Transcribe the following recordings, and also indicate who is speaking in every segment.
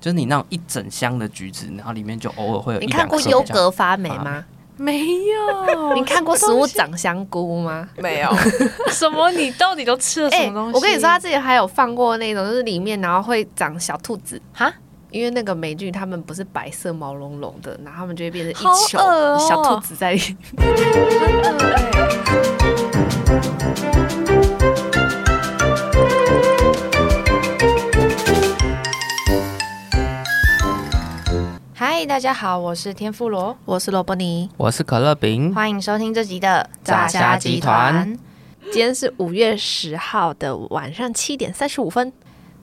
Speaker 1: 就是你那种一整箱的橘子，然后里面就偶尔会有一
Speaker 2: 你
Speaker 1: 两
Speaker 2: 看
Speaker 1: 颗
Speaker 2: 过
Speaker 1: 这
Speaker 2: 优
Speaker 1: 样。
Speaker 2: 格发霉吗？
Speaker 3: 没 有，
Speaker 2: 你看过食物长香菇吗？
Speaker 3: 没有？什么？你到底都吃了什
Speaker 2: 哎、
Speaker 3: 么东西？
Speaker 2: 我跟你说，他之前还有放过那种，就是里面然后会长小兔子
Speaker 3: 哈，
Speaker 2: 因为那个美剧他们不是白色毛茸茸的，然后他们就会变成
Speaker 3: 好
Speaker 2: 一球、
Speaker 3: 恶哦
Speaker 2: 小兔子在里面。
Speaker 4: 嗨，大家好，我是天妇罗，
Speaker 2: 我是罗伯尼，
Speaker 1: 我是可乐
Speaker 3: 嗯
Speaker 1: 饼，
Speaker 4: 欢迎收听这集的
Speaker 1: 炸虾集团。
Speaker 2: 今天是五月十号的晚上七点三十五分。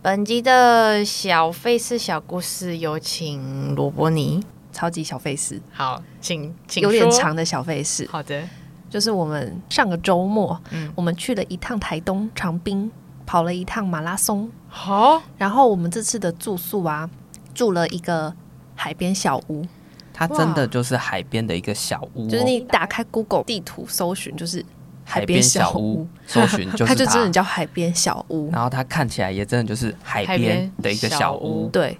Speaker 4: 本集的小费事小故事有请罗伯尼，
Speaker 2: 超级小费事，
Speaker 4: 好，请请
Speaker 2: 有点
Speaker 4: 说。
Speaker 2: 长的小费事，
Speaker 4: 好的，
Speaker 2: 就是我们上个周末，
Speaker 4: 嗯
Speaker 2: 我们去了一趟台东长滨，跑了一趟马拉松，
Speaker 4: 好，
Speaker 2: 然后我们这次的住宿啊，住了一个海边小屋，
Speaker 1: 它真的就是海边的一个小屋哦、
Speaker 2: 就是你打开 Google 地图搜寻，就是
Speaker 1: 海
Speaker 2: 边
Speaker 1: 边小
Speaker 2: 屋，，
Speaker 1: 搜 寻就是
Speaker 2: 它就真的
Speaker 1: 它。
Speaker 2: 叫海边小屋。
Speaker 1: 然后它看起来也真的就是海
Speaker 4: 海
Speaker 1: 边
Speaker 4: 边
Speaker 1: 的一个小
Speaker 4: 小
Speaker 1: 屋
Speaker 4: 屋，
Speaker 2: 对，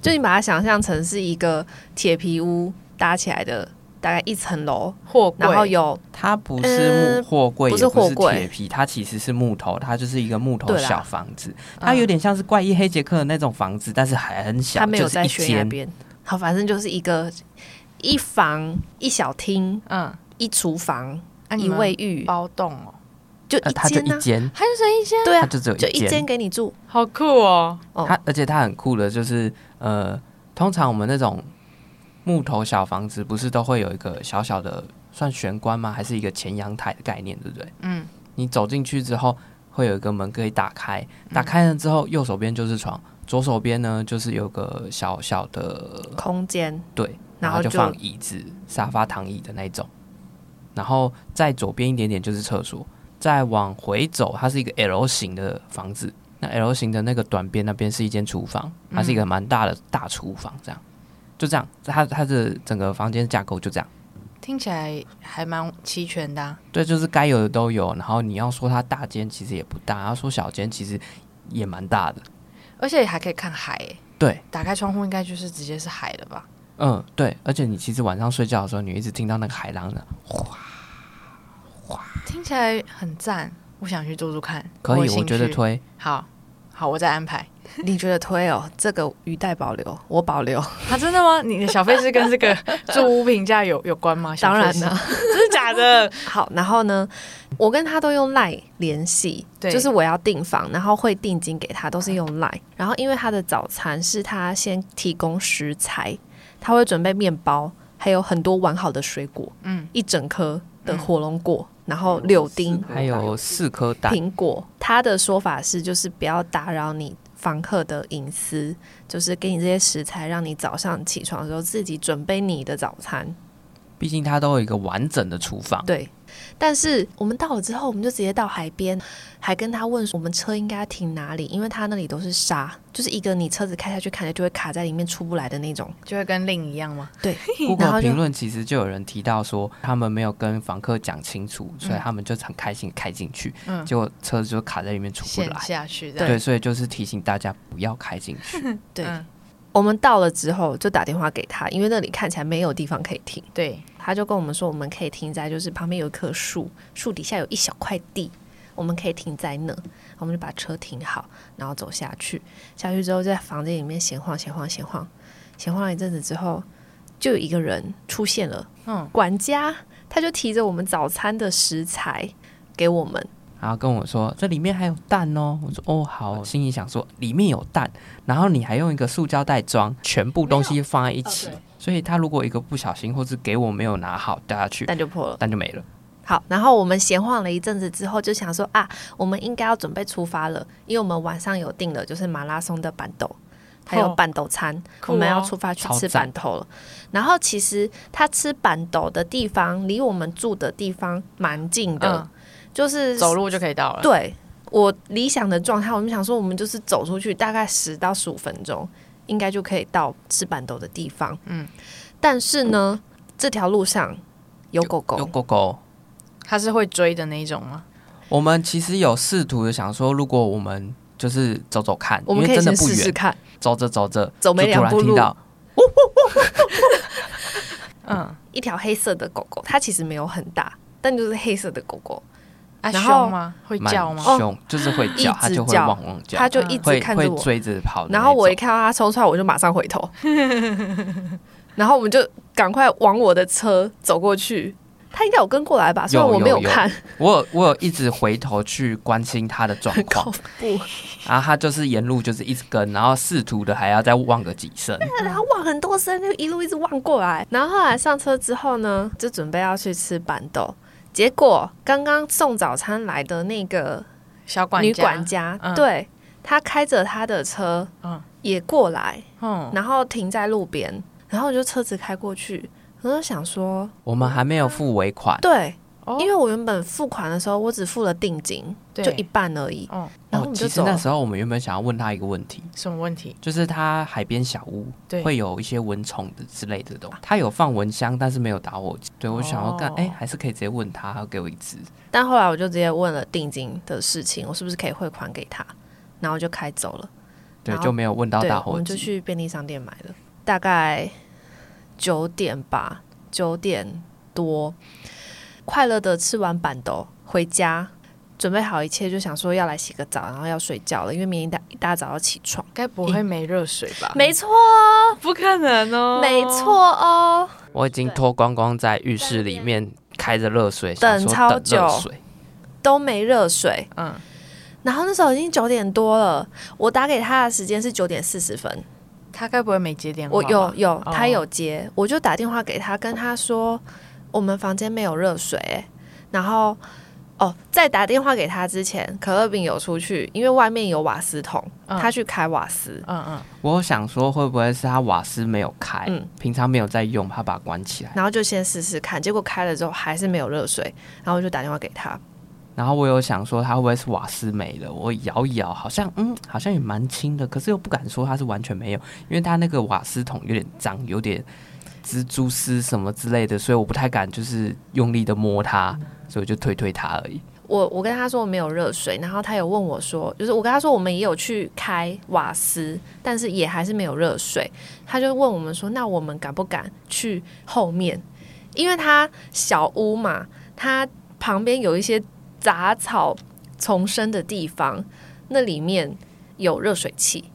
Speaker 2: 就你把它想象成是一个铁皮屋搭起来的，大概一层楼，
Speaker 4: 货柜，
Speaker 2: 然后有
Speaker 1: 它不是
Speaker 2: 呃
Speaker 1: 木货柜，
Speaker 2: 不
Speaker 1: 也
Speaker 2: 是
Speaker 1: 不
Speaker 2: 货
Speaker 1: 是
Speaker 2: 柜
Speaker 1: 铁皮，它其实是木头，它就是一个木头
Speaker 2: 对啦嗯
Speaker 1: 小房子，它有点像是怪异黑杰克的那种房子，但是还很小，
Speaker 2: 它没有
Speaker 1: 就是
Speaker 2: 在
Speaker 1: 一
Speaker 2: 悬崖
Speaker 1: 间，
Speaker 2: 边，好，反正就是一个一房一小厅
Speaker 4: 嗯，
Speaker 2: 一厨房
Speaker 4: 啊
Speaker 2: 一卫浴，
Speaker 4: 包栋哦，
Speaker 2: 就
Speaker 1: 呃，
Speaker 2: 一
Speaker 1: 它就
Speaker 2: 间
Speaker 1: 一
Speaker 2: 呢，
Speaker 1: 间，
Speaker 4: 还有谁一间？
Speaker 2: 对
Speaker 1: 它
Speaker 2: 啊，
Speaker 1: 就只有
Speaker 2: 就一间
Speaker 1: 间。
Speaker 2: 给你住，
Speaker 4: 好酷哦，
Speaker 2: 哦
Speaker 1: 它而且它很酷的，就是呃，通常我们那种木头小房子不是都会有一个小小的算玄关吗？还是一个前阳台的概念，对不对？
Speaker 4: 嗯，
Speaker 1: 你走进去之后，会有一个门可以打开，打开了之后，右手边就是床，左手边呢就是有个小小的
Speaker 2: 空间，
Speaker 1: 对，然
Speaker 2: 然后
Speaker 1: 后就
Speaker 2: 就
Speaker 1: 放椅子、沙发、躺椅的那一种，然后再左边一点点就是厕所，再往回走，它是一个 L 型的房子。那 L 型的那个短边那边是一间厨房，它是一个蛮大的大厨房，这样就这样，它它的整个房间架构就这样。
Speaker 4: 听起来还蛮齐全的啊，
Speaker 1: 对，就是该有的都有。然后你要说它大间，其实也不大；要说小间，其实也蛮大的。
Speaker 4: 而且还可以看海诶，
Speaker 1: 对，
Speaker 4: 打开窗户应该就是直接是海了吧？
Speaker 1: 嗯，对。而且你其实晚上睡觉的时候，你一直听到那个海浪的，
Speaker 4: 听起来很赞，我想去住住看。
Speaker 1: 可以，
Speaker 4: 有
Speaker 1: 我
Speaker 4: 兴
Speaker 1: 觉得
Speaker 4: 趣
Speaker 1: 推。
Speaker 4: 好，好，我再安排。
Speaker 2: 你觉得推哦？这个语带保留，我保留，
Speaker 4: 啊，真的吗？你的小费是跟这个住屋评价有有关吗？小
Speaker 2: 当
Speaker 4: 费
Speaker 2: 然啊
Speaker 4: 是
Speaker 2: 了，。
Speaker 4: 真的假的？
Speaker 2: 好，然后呢，我跟他都用 Line 联系，
Speaker 4: 对嗯
Speaker 2: 就是我要订房，然后会定金给他，都是用 Line。然后因为他的早餐是他先提供食材，他会准备面包，还有很多完好的水果，
Speaker 4: 嗯，
Speaker 2: 一整颗的火龙果，然后柳丁、
Speaker 1: 还有四颗蛋，
Speaker 2: 苹果。他的说法是，就是不要打扰你。房客的隐私，就是给你这些食材，让你早上起床的时候自己准备你的早餐。
Speaker 1: 毕竟它都有一个完整的厨房。
Speaker 2: 对，但是我们到了之后，我们就直接到海边，还跟他问我们车应该停哪里，因为他那里都是沙，就是一个你车子开下去，看着就会卡在里面出不来的那种。
Speaker 4: 就会跟另一样吗？
Speaker 2: 然后
Speaker 1: Google
Speaker 2: 就
Speaker 1: 评论其实就有人提到说，他们没有跟房客讲清楚，
Speaker 2: 嗯
Speaker 1: 所以他们就很开心开进去，
Speaker 4: 嗯
Speaker 1: 结果车子就卡在里面出不
Speaker 4: 陷
Speaker 1: 来。
Speaker 4: 下去这样。
Speaker 1: 对，所以就是提醒大家不要开进去。
Speaker 2: 对、
Speaker 4: 嗯
Speaker 2: 我们到了之后就打电话给他，因为那里看起来没有地方可以停，
Speaker 4: 对，
Speaker 2: 他就跟我们说我们可以停在就是旁边有一棵树，树底下有一小块地。我们可以停在那，我们就把车停好，然后走下去。下去之后，就在房间里面闲晃、闲晃、闲晃、闲晃了一阵子之后，就有一个人出现了。
Speaker 4: 嗯，
Speaker 2: 管家，他就提着我们早餐的食材给我们。
Speaker 1: 然后跟我说这里面还有蛋哦，我说哦好，心里想说里面有蛋，然后你还用一个塑胶袋装，全部东西放在一起，
Speaker 2: 嗯
Speaker 1: 所以他如果一个不小心或是给我没有拿好掉下去，
Speaker 2: 蛋就破了。
Speaker 1: 蛋就没了。
Speaker 2: 好，然后我们闲晃了一阵子之后，就想说啊，我们应该要准备出发了，因为我们晚上有订了就是马拉松的板豆，还有
Speaker 4: 哦
Speaker 2: 板豆餐，
Speaker 4: 酷
Speaker 2: 我们要
Speaker 4: 哦
Speaker 2: 出发去
Speaker 1: 超
Speaker 2: 吃
Speaker 1: 赞
Speaker 2: 板豆了。然后其实他吃板豆的地方离我们住的地方蛮近的，
Speaker 4: 嗯
Speaker 2: 就是
Speaker 4: 走路就可以到了。，
Speaker 2: 对我理想的状态，我们想说，我们就是走出去大概十到十五分钟，应该就可以到吃板豆的地方。嗯
Speaker 4: 嗯，
Speaker 2: 但是呢，这条路上有狗狗，
Speaker 1: 有狗狗，
Speaker 4: 它是会追的那一种吗？
Speaker 1: 我们其实有试图的想说，如果我们就是走走看，
Speaker 2: 我们
Speaker 1: 因
Speaker 2: 可
Speaker 1: 为
Speaker 2: 以
Speaker 1: 真的
Speaker 2: 先
Speaker 1: 不
Speaker 2: 试试
Speaker 1: 远，
Speaker 2: 看，
Speaker 1: 走着走着
Speaker 2: 走没
Speaker 1: 就突
Speaker 2: 两
Speaker 1: 然
Speaker 2: 步
Speaker 1: 听
Speaker 2: 路
Speaker 1: 到
Speaker 4: 嗯，
Speaker 2: 一条黑色的狗狗，它其实没有很大，但就是黑色的狗狗，
Speaker 4: 啊，
Speaker 2: 然后
Speaker 4: 凶吗？会
Speaker 1: 蛮
Speaker 4: 叫吗？
Speaker 1: 凶，就是会
Speaker 2: 哦一
Speaker 1: 叫，它
Speaker 2: 直
Speaker 1: 就会
Speaker 2: 叫
Speaker 1: 汪汪叫，
Speaker 2: 它就一直
Speaker 1: 会
Speaker 2: 看
Speaker 1: 会
Speaker 2: 着我。
Speaker 1: 追着跑的那种。
Speaker 2: 然后我一看到它冲出来，我就马上回 头，然后我们就赶快往我的车走过去。它应该有跟过来吧？虽然
Speaker 1: 有
Speaker 2: 我没
Speaker 1: 有有
Speaker 2: 看，
Speaker 1: 我有我有一直回头去关心它的状
Speaker 2: 很
Speaker 1: 况
Speaker 2: 恐，怖。
Speaker 1: 然后它就是沿路就是一直跟，然后试图的还要再望个几声，
Speaker 2: 然后望很多声，就一路一直望过来。然后后来上车之后呢，就准备要去吃板豆，结果刚刚送早餐来的那个
Speaker 4: 小管家，
Speaker 2: 女管，家，
Speaker 4: 嗯
Speaker 2: 对她开着她的车，
Speaker 4: 嗯
Speaker 2: 也过来，
Speaker 4: 嗯，
Speaker 2: 然后停在路边，然后我就车子开过去，我就想说，
Speaker 1: 我们还没有付尾款，
Speaker 2: 对，
Speaker 4: 哦
Speaker 2: 因为我原本付款的时候，我只付了定金，
Speaker 4: 对
Speaker 2: 就一半而已，
Speaker 4: 哦，
Speaker 2: 然后
Speaker 1: 哦，
Speaker 2: 我们
Speaker 1: 其
Speaker 2: 就
Speaker 1: 实
Speaker 2: 走
Speaker 1: 那
Speaker 2: 了。
Speaker 1: 时候我们原本想要问他一个问题，
Speaker 4: 什么问题？
Speaker 1: 就是他海边小屋
Speaker 4: 对
Speaker 1: 会有一些蚊虫的之类的东西，他有放蚊香，但是没有打火机。对我想要干，
Speaker 4: 哦
Speaker 1: 哎、还是可以直接问他，他给我一支。
Speaker 2: 但后来我就直接问了定金的事情，我是不是可以汇款给他，然后就开走了。
Speaker 1: 对，
Speaker 2: 然后
Speaker 1: 就没有问到
Speaker 2: 对
Speaker 1: 打，
Speaker 2: 我
Speaker 1: 火
Speaker 2: 们就
Speaker 1: 机。
Speaker 2: 去便利商店买了，大概九点吧，九点多，快乐的吃完板豆回家，准备好一切，就想说要来洗个澡，然后要睡觉了，因为明天一大一大早要起床。
Speaker 4: 该不会没热水吧？
Speaker 2: 没错，
Speaker 3: 不可能哦，
Speaker 2: 没错哦，
Speaker 1: 我已经脱光光在浴室里面开着热水，
Speaker 2: 等
Speaker 1: 想说
Speaker 2: 超
Speaker 1: 等热
Speaker 2: 久
Speaker 1: 水。
Speaker 2: 都没热水。
Speaker 4: 嗯，
Speaker 2: 然后那时候已经九点多了，我打给他的时间是九点四十分，
Speaker 4: 他该不会没接电话
Speaker 2: 我
Speaker 4: 吧？
Speaker 2: 有有，
Speaker 4: 哦
Speaker 2: 他有接，我就打电话给他，跟他说我们房间没有热水、欸然后哦，在打电话给他之前，可乐饼有出去，因为外面有瓦斯桶，
Speaker 4: 嗯
Speaker 2: 他去开瓦斯。
Speaker 4: 嗯嗯，
Speaker 1: 我想说，会不会是他瓦斯没有开，
Speaker 2: 嗯
Speaker 1: 平常没有在用，他把它关起来。
Speaker 2: 然后就先试试看，结果开了之后还是没有热水，然后我就打电话给他，
Speaker 1: 然后我有想说，他会不会是瓦斯没了？我摇一摇，好像嗯，好像也蛮轻的，可是又不敢说它是完全没有，因为它那个瓦斯桶有点脏，有点蜘蛛丝什么之类的，所以我不太敢就是用力的摸它， 所以我就推推它而已。
Speaker 2: 我我跟他说我没有热水，然后他有问我说，就是我跟他说我们也有去开瓦斯，但是也还是没有热水。他就问我们说，那我们敢不敢去后面？因为他小屋嘛，它旁边有一些杂草丛生的地方，那里面有热水器。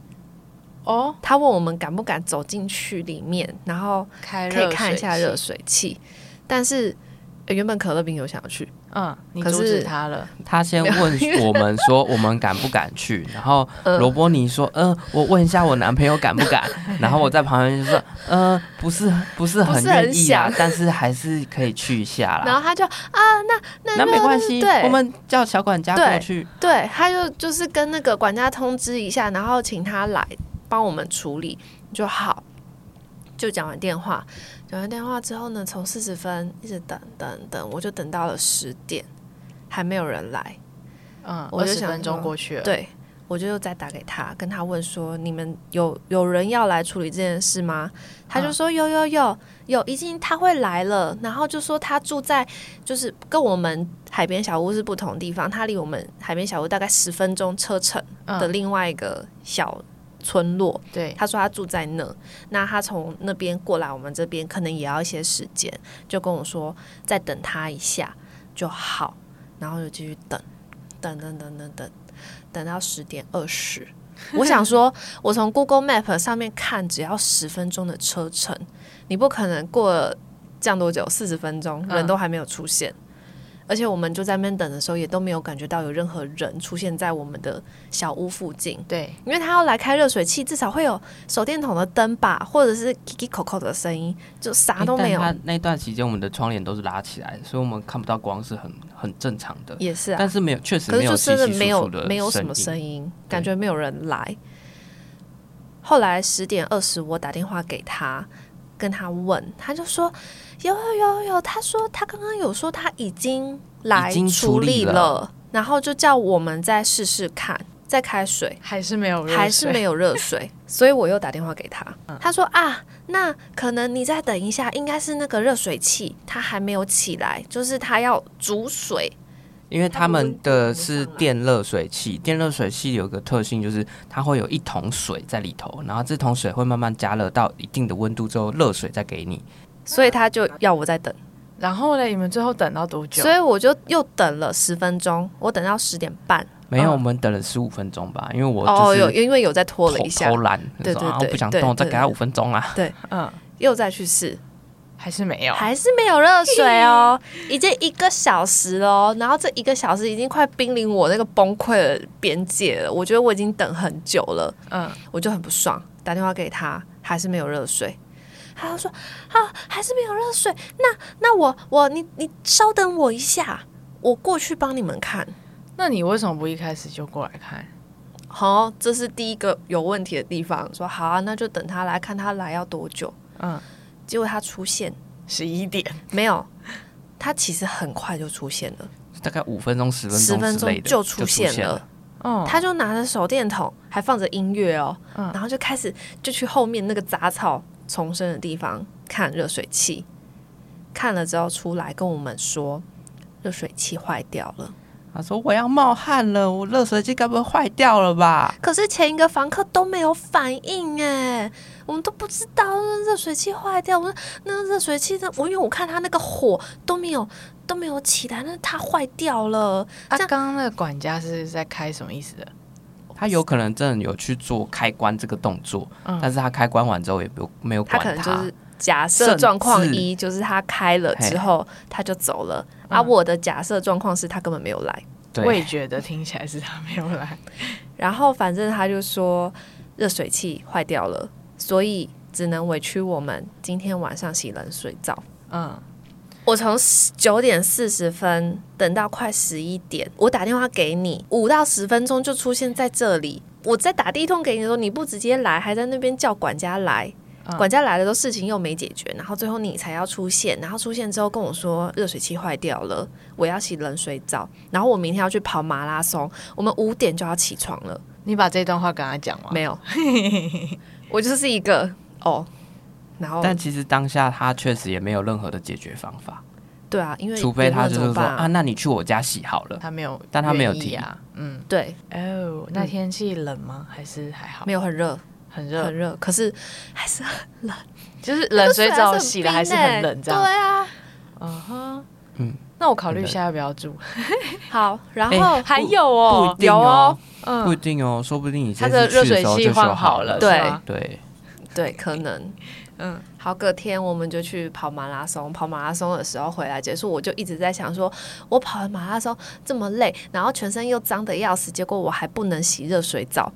Speaker 4: 哦，
Speaker 2: 他问我们敢不敢走进去里面，然后
Speaker 4: 开
Speaker 2: 可
Speaker 4: 热
Speaker 2: 以看一下
Speaker 4: 水
Speaker 2: 热
Speaker 4: 器，
Speaker 2: 水器。但是呃原本可乐饼有想要去，
Speaker 4: 嗯，你
Speaker 2: 可
Speaker 4: 阻
Speaker 2: 是
Speaker 4: 止他了，
Speaker 1: 他先问我们说我们敢不敢去，然 后
Speaker 2: 嗯
Speaker 1: 罗伯尼说，嗯、我问一下我男朋友敢不敢，然后我在旁边就说，嗯、不是不是
Speaker 2: 不
Speaker 1: 很
Speaker 2: 是很
Speaker 1: 愿意啊
Speaker 2: 想，
Speaker 1: 但是还是可以去一下啦。
Speaker 2: 然后他就啊
Speaker 1: 那没关系，
Speaker 2: 对
Speaker 1: 我们叫小管家过
Speaker 2: 对
Speaker 1: 去。
Speaker 2: 对，他就就是跟那个管家通知一下，然后请他来帮我们处理就好。就讲完电话，讲完电话之后呢，从四十分一直等等等，我就等到了十点，还没有人来。
Speaker 4: 嗯，
Speaker 2: 我
Speaker 4: 二
Speaker 2: 就
Speaker 4: 十
Speaker 2: 想
Speaker 4: 分钟
Speaker 2: 说
Speaker 4: 过去了，，
Speaker 2: 对，我就又再打给他，跟他问说：“你们有有人要来处理这件事吗？”他就说：“有有有有，已经他会来了。”然后就说他住在就是跟我们海边小屋是不同地方，他离我们海边小屋大概十分钟车程的
Speaker 4: 嗯，
Speaker 2: 另外一个小村落。
Speaker 4: 对，
Speaker 2: 他说他住在那，那他从那边过来我们这边可能也要一些时间，就跟我说再等他一下就好，然后就继续等，等等等等等，等到十点二 十。我想说，我从 Google Map 上面看，只要十分钟的车程，你不可能过了这样多久，四十分钟
Speaker 4: 嗯
Speaker 2: 人都还没有出现，而且我们就在那边等的时候，也都没有感觉到有任何人出现在我们的小屋附近。
Speaker 4: 对，
Speaker 2: 因为他要来开热水器，至少会有手电筒的灯吧，或者是 kiki 口口的声音，就啥啊都没有。
Speaker 1: 哎但他那段期间，我们的窗帘都是拉起来的，所以我们看不到光是很很正常的。
Speaker 2: 也是啊
Speaker 1: 但，是没有，确实
Speaker 2: 可
Speaker 1: 没
Speaker 2: 是
Speaker 1: 有
Speaker 2: 就
Speaker 1: 稀
Speaker 2: 真的
Speaker 1: 稀
Speaker 2: 没
Speaker 1: 疏
Speaker 2: 有
Speaker 1: 疏的
Speaker 2: 没有什么
Speaker 1: 声
Speaker 2: 声
Speaker 1: 音。
Speaker 2: 音，感觉没有人来。后来十点二十，我打电话给他，跟他问，他就说有有有有，他说他刚刚有说他已经来
Speaker 1: 已经处
Speaker 2: 处理
Speaker 1: 理了
Speaker 2: 然后就叫我们再试试看，再开水。
Speaker 4: 还是没有热水，
Speaker 2: 还是 没有热水，所以我又打电话给他，
Speaker 1: 嗯
Speaker 2: 他说啊，那可能你再等一下，应该是那个热水器它还没有起来，就是它要煮水
Speaker 1: 因为他们的是电热水器，电热水器有个特性就是它会有一桶水在里头，然后这桶水会慢慢加热到一定的温度之后，热水再给你。
Speaker 2: 所以他就
Speaker 1: 嗯
Speaker 2: 要我再等，
Speaker 3: 然后呢？你们最后等到多久？
Speaker 2: 所以我就又等了十分钟，我等到十点半。
Speaker 1: 没有，
Speaker 3: 嗯
Speaker 1: 我们等了十五分钟吧，因为我
Speaker 2: 哦，
Speaker 1: 就
Speaker 2: 有
Speaker 1: 是
Speaker 2: 因为有再拖
Speaker 1: 偷
Speaker 2: 了一下
Speaker 1: 偷，懒，
Speaker 2: 对对
Speaker 1: 说啊
Speaker 2: 对
Speaker 1: 我不想
Speaker 2: 对
Speaker 1: 动，再
Speaker 2: 对
Speaker 1: 给他五分钟啊啦。
Speaker 3: 嗯，
Speaker 2: 又再去试，
Speaker 3: 还是
Speaker 1: 啊
Speaker 3: 没有。
Speaker 2: 还是没有热水 哦，已经一个小时了哦，然后这一个小时已经快濒临我那个崩溃的边界了。我觉得我已经等很久了，
Speaker 3: 嗯，
Speaker 2: 我就很不爽，打电话给他，还是没有热水。他就说：“啊，还是没有热水，那那我我你你稍等我一下，我过去帮你们看。”
Speaker 3: 那你为什么不一开始就过来看？
Speaker 2: 好，这是第一个有问题的地方。说好啊，那就等他来看他来要多久。
Speaker 3: 嗯，
Speaker 2: 结果他出现
Speaker 3: 十一点。
Speaker 2: 没有？他其实很快就出现了，
Speaker 1: 大概五分钟、十分
Speaker 2: 十分
Speaker 1: 钟之类
Speaker 2: 钟
Speaker 1: 的
Speaker 2: 就
Speaker 1: 出
Speaker 2: 出
Speaker 1: 现
Speaker 2: 现了。。
Speaker 3: 哦，
Speaker 2: 他就拿着手电筒，还放着音乐哦，
Speaker 3: 嗯
Speaker 2: 然后就开始就去后面那个杂草丛生的地方看热水器。看了之后出来跟我们说，热水器坏掉了。
Speaker 1: 他说：“我要冒汗了，我热水器该不会坏掉了吧
Speaker 2: 可是前一个房客都没有反应哎，我们都不知道那热水器坏掉。我说那热水器的，我因为我看他那个火都没有都没有起来，那它坏掉了。
Speaker 4: 啊，
Speaker 2: 这
Speaker 4: 刚
Speaker 2: 样
Speaker 4: 刚那个管家是在开什么意思的？？”
Speaker 1: 他有可能真的有去做开关这个动作，
Speaker 3: 嗯
Speaker 1: 但是他开关完之后也不没有
Speaker 2: 他
Speaker 1: 管
Speaker 2: 可能就是假设
Speaker 1: 甚
Speaker 2: 状况
Speaker 1: 至
Speaker 2: 一，就是他开了之后他就走了。啊，
Speaker 3: 嗯
Speaker 2: 我的假设状况是他根本没有来。
Speaker 3: 我也
Speaker 1: 对，
Speaker 3: 觉得听起来是他没有来。
Speaker 2: 然后反正他就说热水器坏掉了，所以只能委屈我们今天晚上洗冷水澡。
Speaker 3: 嗯，
Speaker 2: 我从九点四十分等到快十一点，我打电话给你，五到十分钟就出现在这里。我在打第一通给你的时候，你不直接来，还在那边叫管家来。
Speaker 1: 啊
Speaker 3: 嗯
Speaker 2: 管家来了，都事情又没解决，然后最后你才要出现，然后出现之后跟我说热水器坏掉了，我要洗冷水澡，然后我明天要去跑马拉松，我们五点就要起床了。
Speaker 4: 你把这段话跟他讲完，
Speaker 2: 没有，我就是一个哦，然后
Speaker 1: 但其实当下他确实也没有任何的解决方法，
Speaker 2: 对啊，因为
Speaker 1: 除非他
Speaker 2: 有没
Speaker 1: 就
Speaker 2: 有怎么
Speaker 1: 是说
Speaker 2: 办
Speaker 1: 啊，那你去我家洗好了。
Speaker 4: 他没有，
Speaker 1: 但他没有提
Speaker 4: 啊。嗯，
Speaker 2: 对，
Speaker 4: 哦，那天气冷吗？还是还好？
Speaker 2: 没有很热，
Speaker 4: 很热
Speaker 2: 很，热，可是
Speaker 4: 就是冷水澡洗了还是很欸冷，这样。
Speaker 2: 对啊，
Speaker 4: 嗯哼，
Speaker 1: 嗯
Speaker 4: 嗯，那我考虑一下要不要住。
Speaker 2: 好，然
Speaker 1: 哎
Speaker 2: 后、
Speaker 4: 还有
Speaker 1: 不
Speaker 4: 哦
Speaker 1: 一，定
Speaker 2: 有哦
Speaker 1: 哦，不一
Speaker 4: 嗯，
Speaker 1: 定哦，说不定你
Speaker 4: 他
Speaker 1: 这
Speaker 4: 的
Speaker 1: 次
Speaker 4: 热
Speaker 1: 去的
Speaker 4: 水
Speaker 1: 时候
Speaker 4: 器
Speaker 1: 就修
Speaker 4: 换
Speaker 1: 好
Speaker 4: 好
Speaker 1: 了
Speaker 4: 了，。
Speaker 2: 对
Speaker 4: 是吗
Speaker 1: 对，
Speaker 2: 对，可能。
Speaker 4: 嗯，
Speaker 2: 好，隔天我们就去跑马拉松。跑马拉松的时候回来结束，我就一直在想说，我跑完马拉松这么累，然后全身又脏的要死，结果我还不能洗热水澡，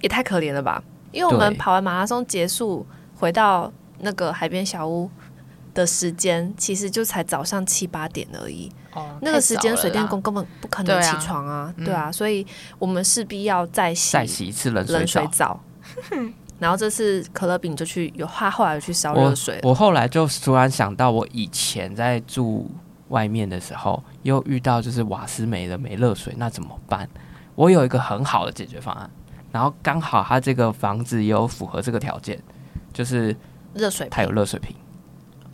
Speaker 2: 也太可怜了吧！因为我们
Speaker 1: 对
Speaker 2: 跑完马拉松结束，回到那个海边小屋的时间，其实就才早上七八点而已。
Speaker 4: 哦，
Speaker 2: 那个时间
Speaker 4: 太早了啦
Speaker 2: 水电工根本不可能
Speaker 4: 对
Speaker 2: 起
Speaker 4: 啊
Speaker 2: 床啊，对啊，所以我们势必要再洗
Speaker 1: 再洗一次冷水
Speaker 2: 冷水
Speaker 1: 澡。
Speaker 2: 澡。然后这次可乐饼就去有他后来有去烧
Speaker 1: 我
Speaker 2: 热水了，
Speaker 1: 我后来就突然想到，我以前在住外面的时候，又遇到就是瓦斯没了没热水，那怎么办？我有一个很好的解决方案，然后刚好他这个房子也有符合这个条件，就是
Speaker 2: 热水
Speaker 1: 它有
Speaker 2: 瓶
Speaker 1: 热水瓶、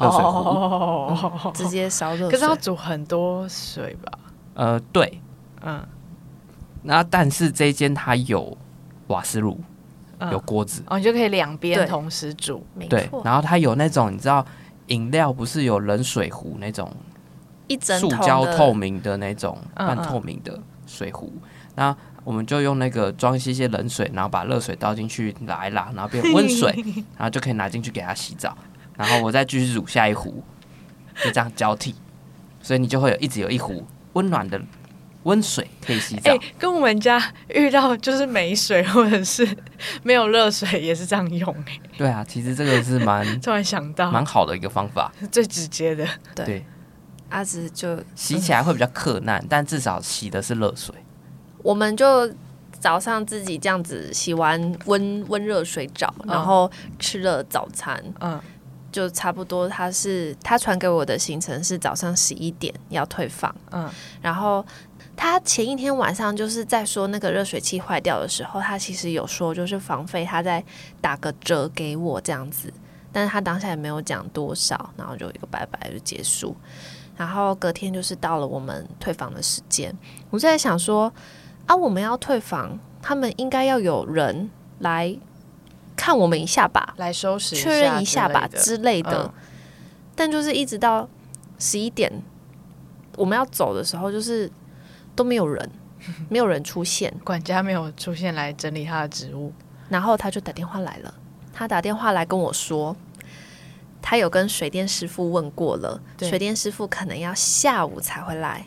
Speaker 1: 热水壶。
Speaker 4: 哦，
Speaker 2: 直接烧热水。
Speaker 4: 可是要煮很多水吧？
Speaker 1: 呃，对，
Speaker 4: 嗯，
Speaker 1: 那但是这间它有瓦斯炉，
Speaker 4: 嗯
Speaker 1: 有锅子，
Speaker 4: 哦，你就可以两
Speaker 2: 对
Speaker 4: 边同时煮。
Speaker 2: 没
Speaker 1: 对，
Speaker 2: 错，
Speaker 1: 然后它有那种你知道饮料不是有冷水壶那种
Speaker 2: 一整
Speaker 1: 塑
Speaker 2: 桶
Speaker 1: 胶
Speaker 2: 的
Speaker 1: 透明的那种
Speaker 4: 嗯
Speaker 1: 半透明的水壶，那我们就用那个装一些冷水，然后把热水倒进去拿一拉，然后变 温水，然后就可以拿进去给它洗澡，然后我再继续煮下一壶，就这样交替，所以你就会有一直有一壶温暖的温水可以洗澡。
Speaker 4: 哎、跟我们家遇到就是没水或者是没有热水也是这样用、哎，
Speaker 1: 对啊，其实这个是蛮
Speaker 4: 突然想到，
Speaker 1: 蛮好的一个方法，
Speaker 4: 最直接的。
Speaker 2: 对，
Speaker 1: 对，
Speaker 2: 阿直就
Speaker 1: 洗起来会比较克难，但至少洗的是热水。
Speaker 2: 我们就早上自己这样子洗完温温热水澡，
Speaker 4: 嗯
Speaker 2: 然后吃了早餐，
Speaker 4: 嗯，
Speaker 2: 就差不多。他是他传给我的行程是早上十一点要退房，
Speaker 4: 嗯，
Speaker 2: 然后他前一天晚上就是在说那个热水器坏掉的时候，他其实有说就是房费他在打个折给我这样子，但是他当下也没有讲多少，然后就一个拜拜就结束。然后隔天就是到了我们退房的时间，我在想说啊，我们要退房，他们应该要有人来看我们一下吧，
Speaker 3: 来收拾
Speaker 2: 确认一下吧
Speaker 3: 之
Speaker 2: 之类
Speaker 3: 类
Speaker 2: 的。嗯
Speaker 3: 的，
Speaker 2: 但就是一直到十一点，我们要走的时候，就是都没有 人，没有人出现。
Speaker 3: 嗯管家没有出现来整理他的植物，
Speaker 2: 然后他就打电话来了，他打电话来跟我说，他有跟水电师傅问过了，
Speaker 3: 对
Speaker 2: 水电师傅可能要下午才会来。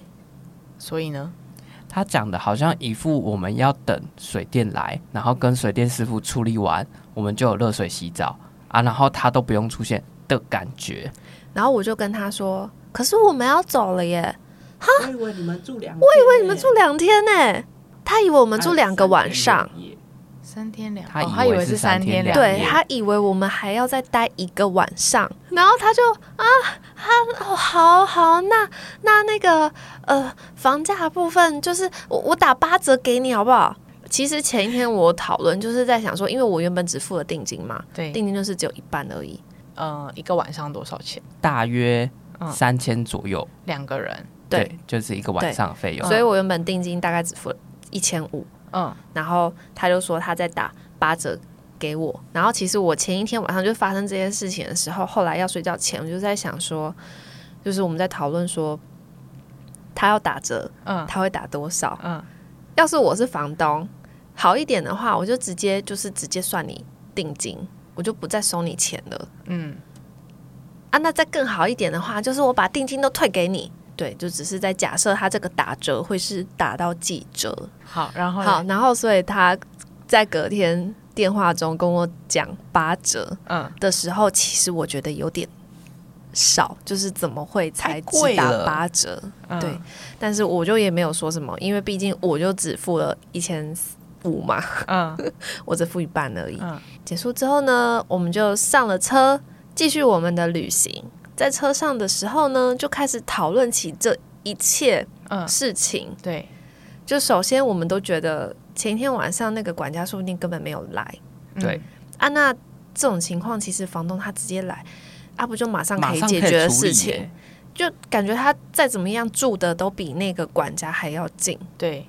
Speaker 3: 所以呢，
Speaker 1: 他讲的好像一副我们要等水电来，然后跟水电师傅处理完，我们就有热水洗澡啊，然后他都不用出现的感觉。
Speaker 2: 然后我就跟他说，可是我们要走了耶，
Speaker 5: 我以为你们住两，我以为
Speaker 2: 你们住两天呢。他以为我们住两个晚上，，
Speaker 3: 三天两，
Speaker 1: 他
Speaker 3: 哦
Speaker 1: 以
Speaker 3: 他以
Speaker 1: 为
Speaker 3: 为
Speaker 1: 是
Speaker 3: 是
Speaker 1: 三
Speaker 3: 三
Speaker 1: 天
Speaker 3: 天
Speaker 1: 两
Speaker 3: 夜
Speaker 2: 对他以为我们还要再待一个晚上，然后他就啊啊哦，好好，那那那个呃房价的部分，就是我我打八折给你好不好？其实前一天我讨论就是在想说，因为我原本只付了定金嘛，
Speaker 3: 对，
Speaker 2: 定金就是只有一半而已，
Speaker 3: 呃，一个晚上多少钱？
Speaker 1: 大约
Speaker 3: 嗯
Speaker 1: 三千左右，
Speaker 3: 两个人，
Speaker 2: 对，
Speaker 1: 就是一个晚上的费用
Speaker 3: 嗯。
Speaker 2: 所以我原本定金大概只付一千五，
Speaker 3: 嗯，
Speaker 2: 然后他就说他在打八折给我。然后其实我前一天晚上就发生这件事情的时候，后来要睡觉前，我就在想说，就是我们在讨论说他要打折，
Speaker 3: 嗯
Speaker 2: 他会打多少？
Speaker 3: 嗯，
Speaker 2: 要是我是房东，好一点的话，我就直接就是直接算你定金，我就不再收你钱了。
Speaker 3: 嗯，
Speaker 2: 啊，那再更好一点的话，就是我把定金都退给你。对，就只是在假设他这个打折会是打到几折，
Speaker 3: 好，然后
Speaker 2: 好，
Speaker 3: 嘞，
Speaker 2: 然后所以他在隔天电话中跟我讲八折
Speaker 3: 嗯，
Speaker 2: 的时候，其实我觉得有点少，就是怎么会才
Speaker 1: 太
Speaker 2: 只
Speaker 1: 贵
Speaker 2: 打
Speaker 1: 了
Speaker 2: 八折？
Speaker 3: 嗯
Speaker 2: 对，但是我就也没有说什么，因为毕竟我就只付了一千五嘛，
Speaker 3: 嗯，
Speaker 2: 我只付一半而已。
Speaker 3: 嗯
Speaker 2: 结束之后呢，我们就上了车，继续我们的旅行。在车上的时候呢，就开始讨论起这一切
Speaker 3: 嗯，
Speaker 2: 事情。
Speaker 3: 对，
Speaker 2: 就首先我们都觉得前一天晚上那个管家说不定根本没有来
Speaker 3: 嗯
Speaker 1: 对，
Speaker 2: 啊，那这种情况其实房东他直接来，啊不就马上
Speaker 1: 马
Speaker 2: 可以
Speaker 1: 上
Speaker 2: 解决的
Speaker 1: 处理
Speaker 2: 事情，
Speaker 1: 耶
Speaker 2: 就感觉他再怎么样住的都比那个管家还要近，
Speaker 3: 对，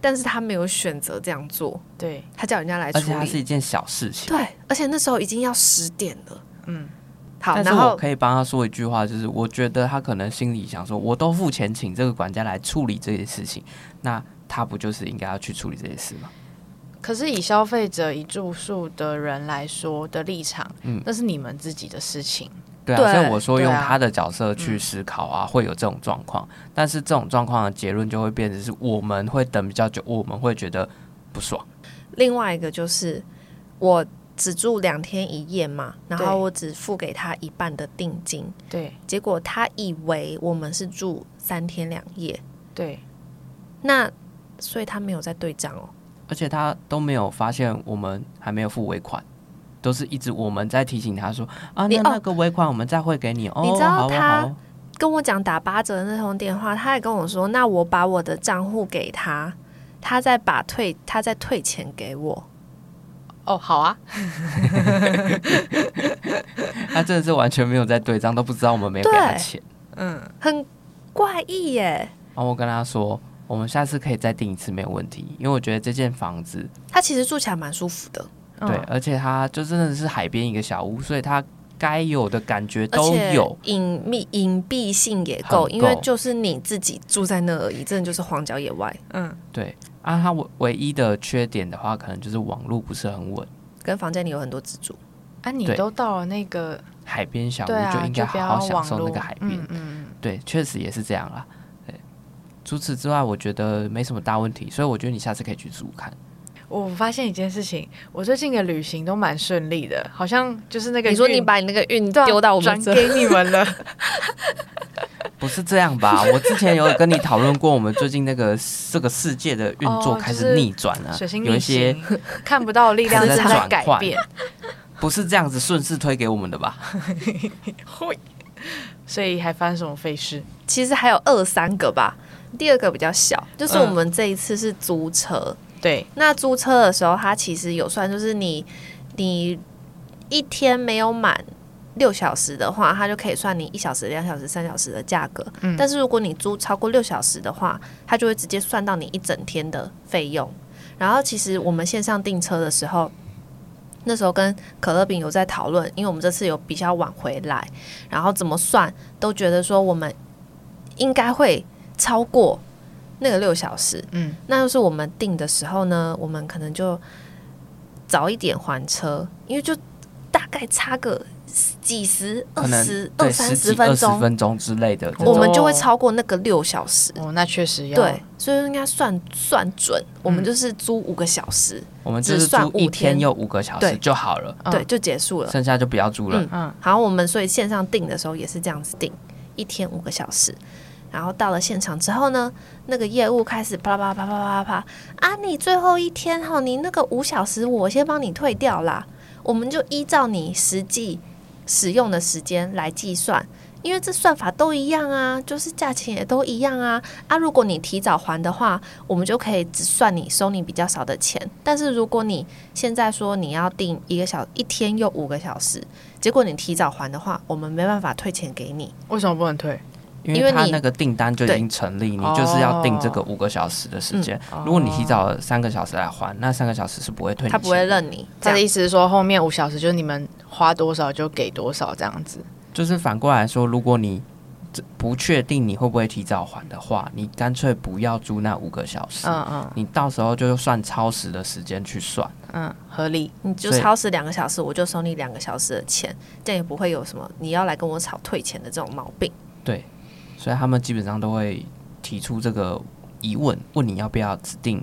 Speaker 2: 但是他没有选择这样做，
Speaker 3: 对，
Speaker 2: 他叫人家来
Speaker 1: 而
Speaker 2: 处
Speaker 1: 且它是
Speaker 2: 理，
Speaker 1: 一件小事情。
Speaker 2: 对，而且那时候已经要十点了，
Speaker 3: 嗯，
Speaker 2: 好，
Speaker 1: 但是
Speaker 2: 然
Speaker 1: 我
Speaker 2: 后
Speaker 1: 可以帮他说一句话，就是我觉得他可能心里想说，我都付钱请这个管家来处理这些事情，那他不就是应该要去处理这些事吗？
Speaker 3: 可是以消费者、以住宿的人来说的立场，
Speaker 1: 嗯
Speaker 3: 那是你们自己的事情。
Speaker 1: 对啊，
Speaker 2: 对嗯
Speaker 1: 所以我说
Speaker 3: 对
Speaker 1: 用
Speaker 3: 啊
Speaker 1: 他的角色去思考啊，会有这种状况。但是这种状况的结论就会变成是我们会等比较久，我们会觉得不爽。
Speaker 2: 另外一个就是我只住两天一夜嘛，然
Speaker 3: 对
Speaker 2: 后我只付给他一半的定金，
Speaker 3: 对，
Speaker 2: 结果他以为我们是住三天两夜，
Speaker 3: 对，
Speaker 2: 那所以他没有在对账哦。
Speaker 1: 而且他都没有发现我们还没有付尾款，都是一直我们在提醒他说啊，
Speaker 2: 你
Speaker 1: 那
Speaker 2: 哦
Speaker 1: 那个尾款我们再汇给你哦。
Speaker 2: 你知道
Speaker 1: 好哦
Speaker 2: 他
Speaker 1: 好哦
Speaker 2: 跟我讲打八折的那通电话，他还跟我说，那我把我的账户给他，他再把退他再退钱给我。
Speaker 3: 哦，好啊，
Speaker 1: 他真的是完全没有在对账，都不知道我们没有给他
Speaker 2: 对
Speaker 1: 钱。
Speaker 3: 嗯，
Speaker 2: 很怪异耶。
Speaker 1: 然后我跟他说，我们下次可以再订一次，没有问题，因为我觉得这间房子
Speaker 2: 他其实住起来蛮舒服的，
Speaker 3: 嗯
Speaker 1: 对，而且它就真的是海边一个小屋，所以它该有的感觉
Speaker 2: 而
Speaker 1: 都
Speaker 2: 且
Speaker 1: 有。
Speaker 2: 隐秘隐蔽性也
Speaker 1: 很
Speaker 2: 够，
Speaker 1: 够
Speaker 2: 因为就是你自己住在那而已，真的就是荒郊野外，
Speaker 3: 嗯，
Speaker 1: 对啊，它唯唯一的缺点的话，可能就是网络不是很稳。
Speaker 2: 跟房间里有很多蜘蛛。
Speaker 3: 啊，你
Speaker 1: 对
Speaker 3: 都到了那个，
Speaker 1: 海边小屋
Speaker 3: 对啊，
Speaker 1: 就应该
Speaker 3: 不
Speaker 1: 好
Speaker 3: 要
Speaker 1: 好享
Speaker 3: 网
Speaker 1: 受那
Speaker 3: 络
Speaker 1: 个海边。
Speaker 3: 嗯嗯
Speaker 1: 对，确实也是这样啦。对，除此之外，我觉得没什么大问题，所以我觉得你下次可以去住看。
Speaker 3: 嗯，我发现一件事情，我最近的旅行都蛮顺利的，好像就是那个
Speaker 2: 你说你
Speaker 3: 运
Speaker 2: 把你那个运
Speaker 3: 对啊
Speaker 2: 丢到我们
Speaker 3: 转
Speaker 2: 这，
Speaker 3: 给你们 了，
Speaker 1: 不是这样 吧？我之前有跟你讨论过，我们最近那个这个世界的运作
Speaker 3: 哦
Speaker 1: 开
Speaker 3: 就是
Speaker 1: 始逆转了、
Speaker 3: 水星
Speaker 1: 有
Speaker 3: 逆
Speaker 1: 一些
Speaker 3: 行，看不到的力量
Speaker 1: 开
Speaker 3: 正
Speaker 1: 始在
Speaker 3: 在
Speaker 1: 转
Speaker 3: 改
Speaker 1: 换
Speaker 3: 变，
Speaker 1: 不是这样子顺势推给我们的吧？
Speaker 3: 会，所以还发生什么费事？
Speaker 2: 其实还有二三个吧。第二个比较小，就是我们这一次是租车。
Speaker 3: 对，
Speaker 2: 那租车的时候，它其实有算，就是你你一天没有满，六小时的话，它就可以算你一小时、两小时、三小时的价格。
Speaker 3: 嗯
Speaker 2: 但是如果你租超过六小时的话，它就会直接算到你一整天的费用。然后其实我们线上订车的时候，那时候跟可乐饼有在讨论，因为我们这次有比较晚回来，然后怎么算都觉得说我们应该会超过那个六小时。
Speaker 3: 嗯，
Speaker 2: 那就是我们订的时候呢，我们可能就早一点还车，因为就大概差个几十、二
Speaker 1: 可能
Speaker 2: 十、
Speaker 1: 对
Speaker 2: 二三
Speaker 1: 十
Speaker 2: 十
Speaker 1: 几
Speaker 2: 分
Speaker 1: 二十
Speaker 2: 钟，
Speaker 1: 分钟之类的这
Speaker 2: 我
Speaker 1: 种。
Speaker 2: 们就会超过那个六小时。
Speaker 3: 哦，那确实要
Speaker 2: 对，所以应该算算准，我们就是租五个小时，
Speaker 1: 我们就是
Speaker 2: 只算
Speaker 1: 租一
Speaker 2: 五
Speaker 1: 天
Speaker 2: 天
Speaker 1: 又五个小时
Speaker 2: 对
Speaker 1: 就好了，
Speaker 3: 嗯
Speaker 2: 对，就结束了。
Speaker 1: 剩下就不要租了。
Speaker 2: 嗯然后我们所以线上订的时候也是这样子订，一天五个小时。然后到了现场之后呢，那个业务开始啪啦啪啦啪啦啪啦啪啦啊，你最后一天哈，你那个五小时我先帮你退掉啦，我们就依照你实际使用的时间来计算，因为这算法都一样啊，就是价钱也都一样啊啊，如果你提早还的话，我们就可以只算你收你比较少的钱，但是如果你现在说你要订一个小一天又五个小时，结果你提早还的话，我们没办法退钱给你。
Speaker 3: 为什么不能退？
Speaker 1: 因
Speaker 2: 因
Speaker 1: 为
Speaker 2: 为
Speaker 1: 他
Speaker 2: 你
Speaker 1: 那个订单就已经成立，你就是要定这个五个小时的时间。如果你提早三个小时来还，那三个小时是不会退你钱的。
Speaker 2: 哦他不会认你。这
Speaker 3: 他的
Speaker 2: 样
Speaker 3: 意思是说，后面五小时就是你们花多少就给多少这样子。
Speaker 1: 就是反过来说，如果你这不确定你会不会提早还的话，你干脆不要租那五个小时。
Speaker 3: 嗯嗯
Speaker 1: 你到时候就算超时的时间去算，
Speaker 3: 嗯，合理。
Speaker 2: 你就
Speaker 1: 所以
Speaker 2: 超时两个小时，我就收你两个小时的钱，这样也不会有什么你要来跟我吵退钱的这种毛病。
Speaker 1: 所以他们基本上都会提出这个疑问，问你要不要指定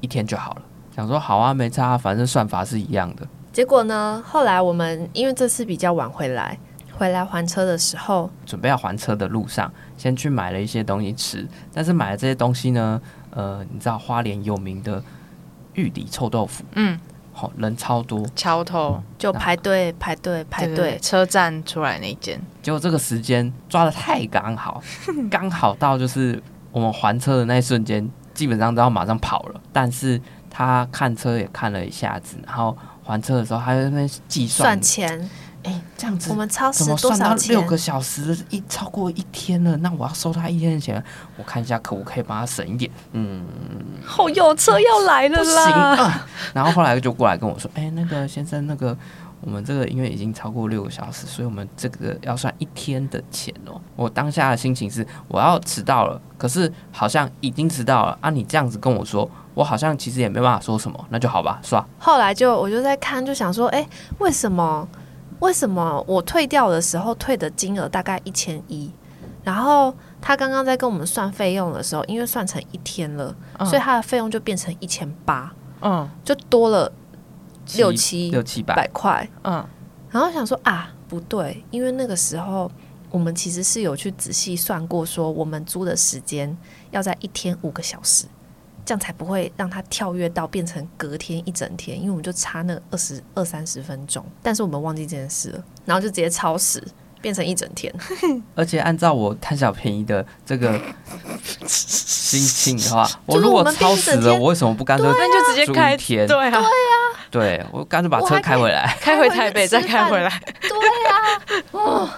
Speaker 1: 一天就好了。想说好啊，没差啊、反正算法是一样的。
Speaker 2: 结果呢，后来我们因为这次比较晚回来，回来还车的时候，
Speaker 1: 准备要还车的路上，先去买了一些东西吃，但是买了这些东西呢，呃，你知道花莲有名的玉里臭豆腐，
Speaker 3: 嗯，
Speaker 1: 好、人超多，
Speaker 3: 桥头
Speaker 2: 就
Speaker 1: 啊
Speaker 2: 排队排队排
Speaker 3: 对对对
Speaker 2: 队，
Speaker 3: 车站出来那间，
Speaker 1: 结果这个时间抓的太刚好，刚好到就是我们还车的那一瞬间，基本上都要马上跑了。但是他看车也看了一下子，然后还车的时候还在那边计算
Speaker 2: 算，钱，
Speaker 1: 哎、这样子
Speaker 2: 我们超时
Speaker 1: 怎么
Speaker 2: 多
Speaker 1: 算到
Speaker 2: 少钱
Speaker 1: 六？个小时一超过一天了？那我要收他一天的钱，我看一下可不可以帮他省一点。嗯，
Speaker 2: 后有车要来了
Speaker 1: 不行
Speaker 2: 啦！
Speaker 1: 啊。 然后后来就过来跟我说，哎、那个先生，那个我们这个因为已经超过六个小时，所以我们这个要算一天的钱哦。我当下的心情是我要迟到了，可是好像已经迟到了啊。你这样子跟我说，我好像其实也没办法说什么，那就好吧，算。
Speaker 2: 后来就我就在看，就想说，哎、为什么为什么我退掉的时候退的金额大概一千一，然后他刚刚在跟我们算费用的时候，因为算成一天了，
Speaker 3: 嗯
Speaker 2: 所以他的费用就变成一千八，
Speaker 3: 嗯
Speaker 2: 就多了 六
Speaker 1: 七
Speaker 2: 七
Speaker 1: 六七百
Speaker 2: 百，块。
Speaker 3: 嗯
Speaker 2: 然后想说啊，不对，因为那个时候我们其实是有去仔细算过，说我们租的时间要在一天五个小时，这样才不会让它跳跃到变成隔天一整天，因为我们就差那二十二三十分钟，但是我们忘记这件事了，然后就直接超时。变成一整天，
Speaker 1: 而且按照我贪小便宜的这个心情的 话，我
Speaker 2: 就是
Speaker 1: 如
Speaker 2: 我
Speaker 1: 果
Speaker 2: 们
Speaker 1: 超时
Speaker 2: 订一
Speaker 1: 了，
Speaker 2: 整天啊
Speaker 1: 我为什么不干脆
Speaker 3: 那就直接
Speaker 1: 租
Speaker 3: 开
Speaker 1: 一天？
Speaker 3: 对啊，
Speaker 1: 对我干脆把
Speaker 2: 我
Speaker 1: 车
Speaker 2: 还
Speaker 1: 开
Speaker 2: 可以
Speaker 1: 回来。
Speaker 3: 开回台北再开回来，
Speaker 2: 对呀、啊，哦，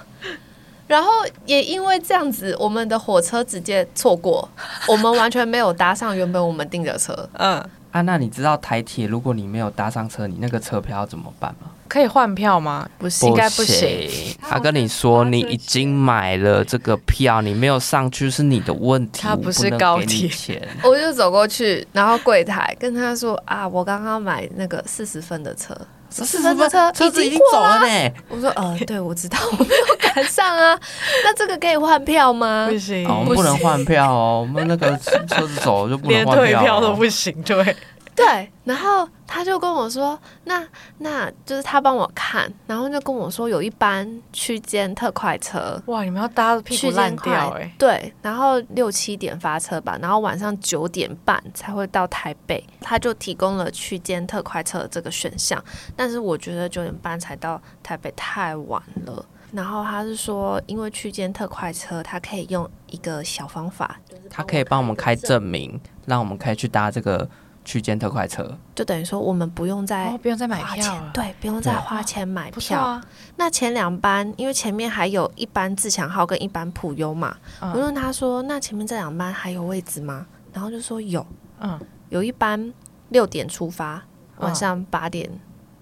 Speaker 2: 然后也因为这样子，我们的火车直接错过，我们完全没有搭上原本我们订的车，
Speaker 3: 嗯，
Speaker 1: 啊，那你知道台铁如果你没有搭上车，你那个车票要怎么办吗？
Speaker 3: 可以换票吗？不是，应该不行。
Speaker 1: 行。他跟你说你已经买了这个票，你没有上去是你的问题，
Speaker 3: 他不是
Speaker 1: 我能
Speaker 3: 高
Speaker 1: 给你
Speaker 3: 铁
Speaker 1: 钱。
Speaker 2: 我就走过去，然后柜台跟他说啊，我刚刚买那个四十分的车，
Speaker 1: 这
Speaker 2: 40分的车
Speaker 1: 车子已
Speaker 2: 已
Speaker 1: 经
Speaker 2: 经
Speaker 1: 走
Speaker 2: 过
Speaker 1: 了
Speaker 2: 啦
Speaker 3: 啊
Speaker 1: 呢。
Speaker 2: 我说呃，对，我知道我没有赶上啊， 那这个可以换票吗？
Speaker 3: 嗯不行，
Speaker 1: 哦，我们不能换票哦，我们那个车子走了就不能
Speaker 3: 连
Speaker 1: 换
Speaker 3: 退票都
Speaker 1: 哦。
Speaker 3: 不行，对，
Speaker 2: 对，然后他就跟我说，那那就是他帮我看，然后就跟我说有一班区间特快车，
Speaker 3: 哇，你们要搭的屁
Speaker 2: 区
Speaker 3: 股烂
Speaker 2: 间
Speaker 3: 掉
Speaker 2: 快
Speaker 3: 哎，
Speaker 2: 对，然后六七点发车吧，然后晚上九点半才会到台北。他就提供了区间特快车这个选项，但是我觉得九点半才到台北太晚了。然后他是说，因为区间特快车，它可以用一个小方法，
Speaker 1: 他可以帮我们开证明，让我们可以去搭这个区间特快车，
Speaker 2: 就等于说我们不用再
Speaker 3: 哦，不用再买
Speaker 2: 花
Speaker 3: 票
Speaker 2: 钱，
Speaker 3: 了，
Speaker 2: 对，不用再
Speaker 1: 对
Speaker 2: 花钱买
Speaker 3: 不错
Speaker 2: 票。
Speaker 3: 啊，
Speaker 2: 那前两班，因为前面还有一班自强号跟一班普优嘛，
Speaker 3: 嗯
Speaker 2: 我问他说：“那前面这两班还有位置吗？”然后就说有，
Speaker 3: 嗯，
Speaker 2: 有一班六点出发，
Speaker 3: 嗯
Speaker 2: 晚上八点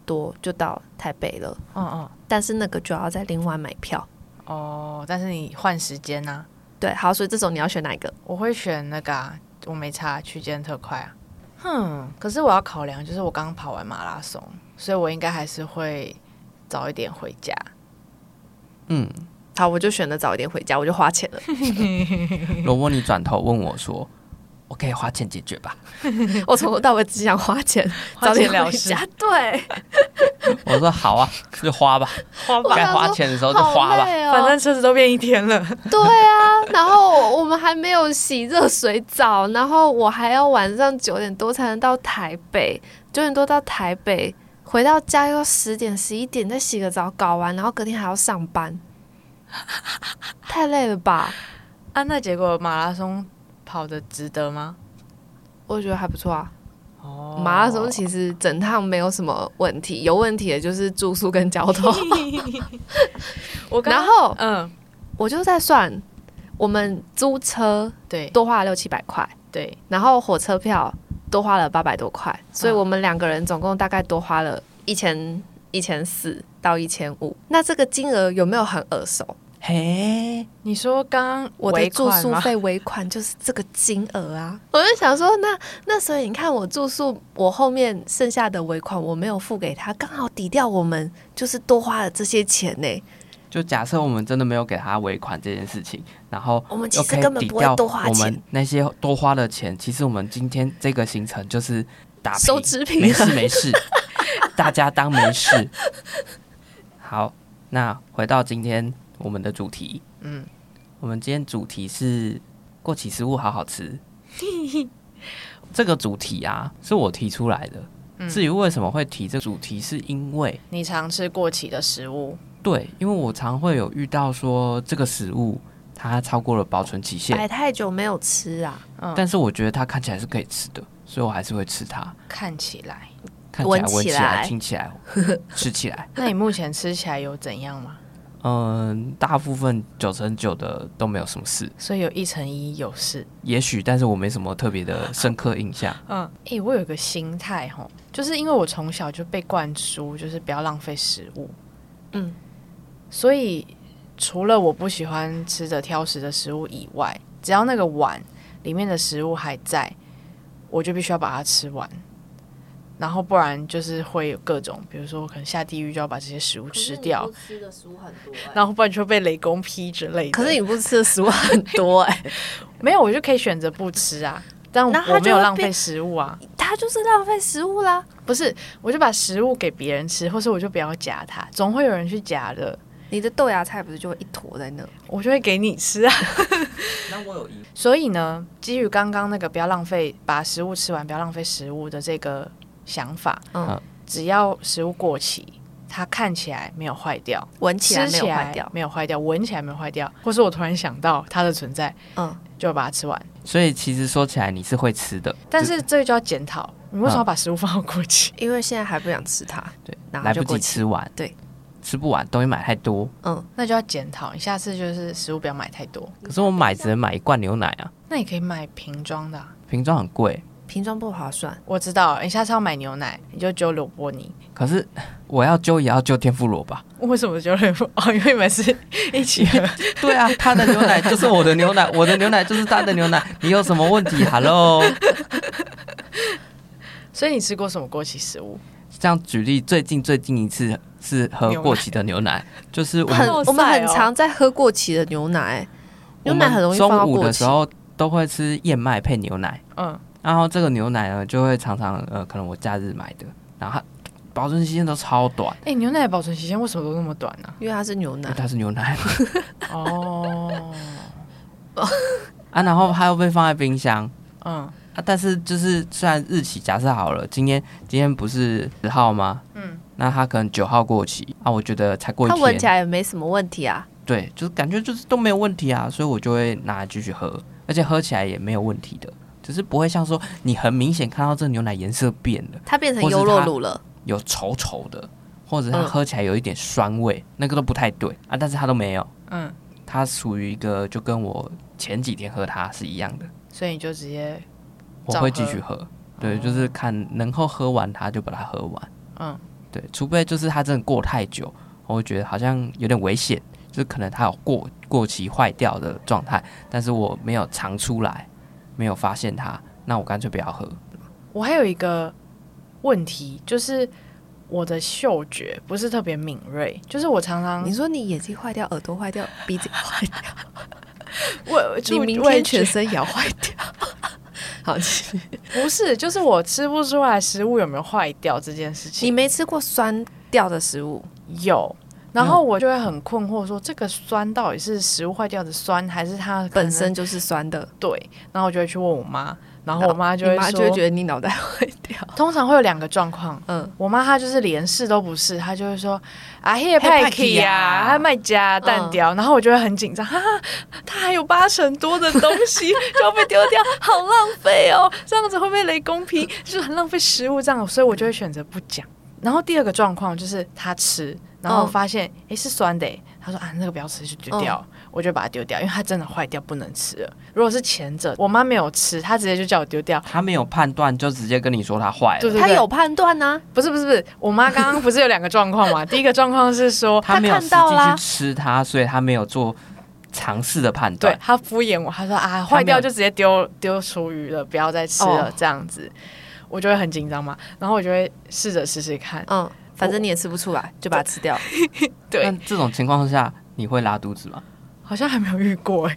Speaker 2: 多就到台北了，
Speaker 3: 嗯嗯，
Speaker 2: 但是那个就要再另外买票。
Speaker 3: 哦，但是你换时间呐、
Speaker 2: 对，好，所以这种你要选哪一个？
Speaker 3: 我会选那个、啊，我没差区间特快啊。哼，可是我要考量，就是我刚跑完马拉松，所以我应该还是会早一点回家。
Speaker 1: 嗯，
Speaker 2: 好，我就选择早一点回家，我就花 钱了，
Speaker 3: 嗯
Speaker 1: 罗伯尼转头问我说：“我可以花钱解决吧
Speaker 2: 我从头到尾只想花钱，早
Speaker 3: 花
Speaker 2: 点
Speaker 3: 钱
Speaker 2: 回
Speaker 3: 了事
Speaker 2: 家。对，？”
Speaker 1: 我说：“好啊，就花吧，
Speaker 3: 花
Speaker 2: 吧
Speaker 1: 该花钱的时候就花吧。
Speaker 2: 累哦
Speaker 3: 反正车子都变一天了，
Speaker 2: 对啊，然后我们还没有洗热水澡，然后我还要晚上九点多才能到台北，九点多到台北，回到家又十点十一点再洗个澡搞完，然后隔天还要上班，太累了吧？
Speaker 3: 啊，那结果马拉松跑的值得吗？
Speaker 2: 我觉得还不错啊。
Speaker 3: 哦
Speaker 2: 马拉松其实整趟没有什么问题，有问题的就是住宿跟交 通。
Speaker 3: 我刚
Speaker 2: 然后
Speaker 3: 嗯，
Speaker 2: 我就在算，我们租车
Speaker 3: 对
Speaker 2: 多花了六七百块。
Speaker 3: 对，
Speaker 2: 然后火车票多花了八百多块，所以我们两个人总共大概多花了一千一千四到一千五。那这个金额有没有很耳熟？”
Speaker 1: 嘿，
Speaker 3: 你说刚刚
Speaker 2: 我的
Speaker 3: 尾
Speaker 2: 住
Speaker 3: 款
Speaker 2: 宿
Speaker 3: 吗
Speaker 2: 费尾款就是这个金额啊！我就想说，那那所以你看，我住宿我后面剩下的尾款我没有付给他，刚好抵掉我们就是多花了这些钱呢、
Speaker 1: 就假设我们真的没有给他尾款这件事情，然后
Speaker 2: 我们其
Speaker 1: 又
Speaker 2: 实
Speaker 1: 可以
Speaker 2: 根本
Speaker 1: 抵
Speaker 2: 不会
Speaker 1: 掉
Speaker 2: 多花
Speaker 1: 我
Speaker 2: 钱
Speaker 1: 们。那些多花的钱，其实我们今天这个行程就是打平
Speaker 2: 收支平
Speaker 1: 没
Speaker 2: 衡
Speaker 1: 事没事， 大家当没事。好，那回到今天我们的主题，
Speaker 3: 嗯，
Speaker 1: 我们今天主题是过期食物好好 吃。这个主题啊，是我提出来的。
Speaker 2: 嗯
Speaker 1: 至于为什么会提这个主题，是因为
Speaker 3: 你常吃过期的食物，
Speaker 1: 对，因为我常会有遇到说这个食物它超过了保存期限，
Speaker 2: 摆太久没有吃啊，
Speaker 3: 嗯
Speaker 1: 但是我觉得它看起来是可以吃的，所以我还是会吃它。
Speaker 3: 看起来。
Speaker 1: 看起来、
Speaker 2: 闻起
Speaker 1: 闻起
Speaker 2: 来
Speaker 1: 来、听起来、吃起来，
Speaker 3: 那你目前吃起来有怎样吗？
Speaker 1: 嗯，大部分九成九的都没有什么事。
Speaker 3: 所以有一乘一有事。
Speaker 1: 也许，但是我没什么特别的深刻印象。
Speaker 3: 嗯，诶、我有一个心态吼，就是因为我从小就被灌输，就是不要浪费食物。
Speaker 2: 嗯，
Speaker 3: 所以除了我不喜欢吃的挑食的食物以外，只要那个碗里面的食物还在，我就必须要把它吃完。然后不然就是会有各种，比如说可能下地狱就要把这些食物吃掉，
Speaker 5: 吃的食物很多、欸，
Speaker 3: 然后不然就被雷公劈之类的。
Speaker 2: 可是你不吃的食物很多哎、
Speaker 3: 没有，我就可以选择不吃啊，但
Speaker 2: 那它
Speaker 3: 我没
Speaker 2: 就
Speaker 3: 有
Speaker 2: 会
Speaker 3: 浪费
Speaker 2: 变
Speaker 3: 食物啊。
Speaker 2: 他就是浪费食物啦。
Speaker 3: 不是，我就把食物给别人吃，或是我就不要夹它，总会有人去夹的，
Speaker 2: 你的豆芽菜不是就会一坨在那？
Speaker 3: 我就会给你吃啊。
Speaker 1: 那我有疑，
Speaker 3: 所以呢， 基于刚刚那个不要浪费，把食物吃完，不要浪费食物的这个想法，
Speaker 2: 嗯
Speaker 1: 嗯，
Speaker 3: 只要食物过期，它看起来没有坏掉，
Speaker 2: 闻起来
Speaker 3: 吃
Speaker 2: 没
Speaker 3: 起
Speaker 2: 有
Speaker 3: 来
Speaker 2: 坏掉。
Speaker 3: 没有坏掉，闻起来没有坏掉，或是我突然想到它的存在，
Speaker 2: 嗯，
Speaker 3: 就把它吃完。
Speaker 1: 所以其实说起来你是会吃的，
Speaker 3: 但是这个就要检讨，你为什么要把食物放到过期？
Speaker 2: 因为现在还不想吃它。
Speaker 1: 对，
Speaker 2: 然后
Speaker 1: 来
Speaker 2: 就
Speaker 1: 不及
Speaker 2: 过期
Speaker 1: 吃完，
Speaker 2: 对，
Speaker 1: 吃不完，东西买太多。
Speaker 2: 嗯，
Speaker 3: 那就要检讨，你下次就是食物不要买太多。
Speaker 1: 可是我买只能买一罐牛奶啊，
Speaker 3: 那你可以买瓶装的啊、
Speaker 1: 瓶装很贵。
Speaker 2: 瓶装不划算。
Speaker 3: 我知道，你下次要买牛奶，你就揪萝卜泥。
Speaker 1: 可是我要揪也要揪天妇罗吧？
Speaker 3: 为什么揪萝卜？哦，因为你们是一 起喝。
Speaker 1: 对啊，他的牛奶就是我的牛奶，我的牛奶就是他的牛奶。你有什么问题？Hello，
Speaker 3: 所以你吃过什么过期食物？
Speaker 1: 这样举例，最近最近一次是喝过期的牛奶，就是我们
Speaker 2: 很
Speaker 3: 好
Speaker 2: 我们
Speaker 3: 晒
Speaker 2: 很
Speaker 3: 哦
Speaker 2: 常在喝过期的牛奶，
Speaker 1: 我
Speaker 2: 牛奶很容
Speaker 1: 们
Speaker 2: 易放到
Speaker 1: 中午
Speaker 2: 过
Speaker 1: 的时
Speaker 2: 期。
Speaker 1: 候都会吃燕麦配牛奶，
Speaker 3: 嗯，
Speaker 1: 然后这个牛奶呢就会常常呃，可能我假日买的，然后它保存期限都超短，
Speaker 3: 哎、牛奶的保存期限为什么都那么短啊呢、
Speaker 2: 因为它是
Speaker 1: 因
Speaker 2: 牛
Speaker 1: 为
Speaker 2: 奶，
Speaker 1: 它是牛奶
Speaker 3: 哦，
Speaker 1: 啊，然后它又被放在冰箱。
Speaker 3: 嗯，
Speaker 1: 啊，但是就是虽然日期假设好了，今天今天不是十号吗？嗯，那它可能九号过期啊，我觉得才过一
Speaker 2: 它
Speaker 1: 天，
Speaker 2: 闻起来也没什么问题啊。
Speaker 1: 对，就是感觉就是都没有问题啊，所以我就会拿来继续喝，而且喝起来也没有问题的，只是不会像说你很明显看到这牛奶颜色变了，
Speaker 2: 它变成
Speaker 1: 或是
Speaker 2: 优酪
Speaker 1: 它
Speaker 2: 乳了，
Speaker 1: 有稠稠的，或者它
Speaker 2: 嗯
Speaker 1: 喝起来有一点酸味，那个都不太对啊，但是它都没有，
Speaker 3: 嗯，
Speaker 1: 它属于一个就跟我前几天喝它是一样的，
Speaker 3: 所以你就直接
Speaker 1: 我
Speaker 3: 照
Speaker 1: 会
Speaker 3: 喝
Speaker 1: 继续喝，对，就是看能够喝完它就把它喝完，
Speaker 3: 嗯，
Speaker 1: 对，除非就是它真的过太久，我会觉得好像有点危险，就是可能它有过过期坏掉的状态，但是我没有尝出来，没有发现它，那我干脆不要喝，
Speaker 3: 我还有一个问题，就是我的嗅觉不是特别敏锐，就是我常常
Speaker 2: 你说你眼睛坏掉，耳朵坏掉，鼻子坏掉，
Speaker 3: 我
Speaker 2: 你
Speaker 3: 触
Speaker 2: 明
Speaker 3: 味
Speaker 2: 天
Speaker 3: 觉
Speaker 2: 全身也要坏掉。好，继续
Speaker 3: 不是，就是我吃不出来食物有没有坏掉这件事
Speaker 2: 你
Speaker 3: 情。
Speaker 2: 没吃过酸掉的食物，
Speaker 3: 有，然
Speaker 2: 嗯
Speaker 3: 后我就会很困惑说这个酸到底是食物坏掉的酸，还是它可能
Speaker 2: 本身就是酸的，
Speaker 3: 对？然后我就会去问我妈，然后我妈就
Speaker 2: 你
Speaker 3: 会
Speaker 2: 妈就
Speaker 3: 说，
Speaker 2: 会觉得你脑袋坏掉。
Speaker 3: 通常会有两个状况。
Speaker 2: 嗯，
Speaker 3: 我妈她就是连试都不是，她就会说啊，黑
Speaker 2: 派
Speaker 3: 派嗯
Speaker 2: 去
Speaker 3: 克
Speaker 2: 啊
Speaker 3: 呀，还卖加蛋掉，然后我就会很紧张，哈、哈，她还有八成多的东西就要被丢掉，好浪费哦， 这样子会被雷公平，就是很浪费食物这样，所以我就会选择不讲。然后第二个状况就是她吃，然后
Speaker 2: 嗯
Speaker 3: 发现诶是酸的诶，她说啊那个不要吃就丢掉，嗯我就把它丢掉，因为它真的坏掉不能吃了。如果是前者，我妈没有吃，她直接就叫我丢掉，
Speaker 1: 它没有判断就直接跟你说它坏
Speaker 3: 对
Speaker 1: 了，
Speaker 3: 对
Speaker 2: 他
Speaker 3: 对，
Speaker 2: 有判断呢、
Speaker 3: 不是不是不是，我妈刚刚不是有两个状况嘛？第一个状况是说，
Speaker 1: 它没有
Speaker 2: 看
Speaker 1: 实际
Speaker 2: 到啦
Speaker 1: 去吃它，所以它没有做尝试的判
Speaker 3: 对
Speaker 1: 断，
Speaker 3: 她敷衍我，她说啊，坏掉就直接丢丢厨余了，不要再吃了、
Speaker 2: 哦
Speaker 3: 这样子，我就会很紧张嘛，然后我就会试着试试看。
Speaker 2: 嗯，反正你也吃不出来，就把它吃掉。
Speaker 3: 对
Speaker 1: 那，这种情况下你会拉肚子吗？
Speaker 3: 好像还没有遇过哎、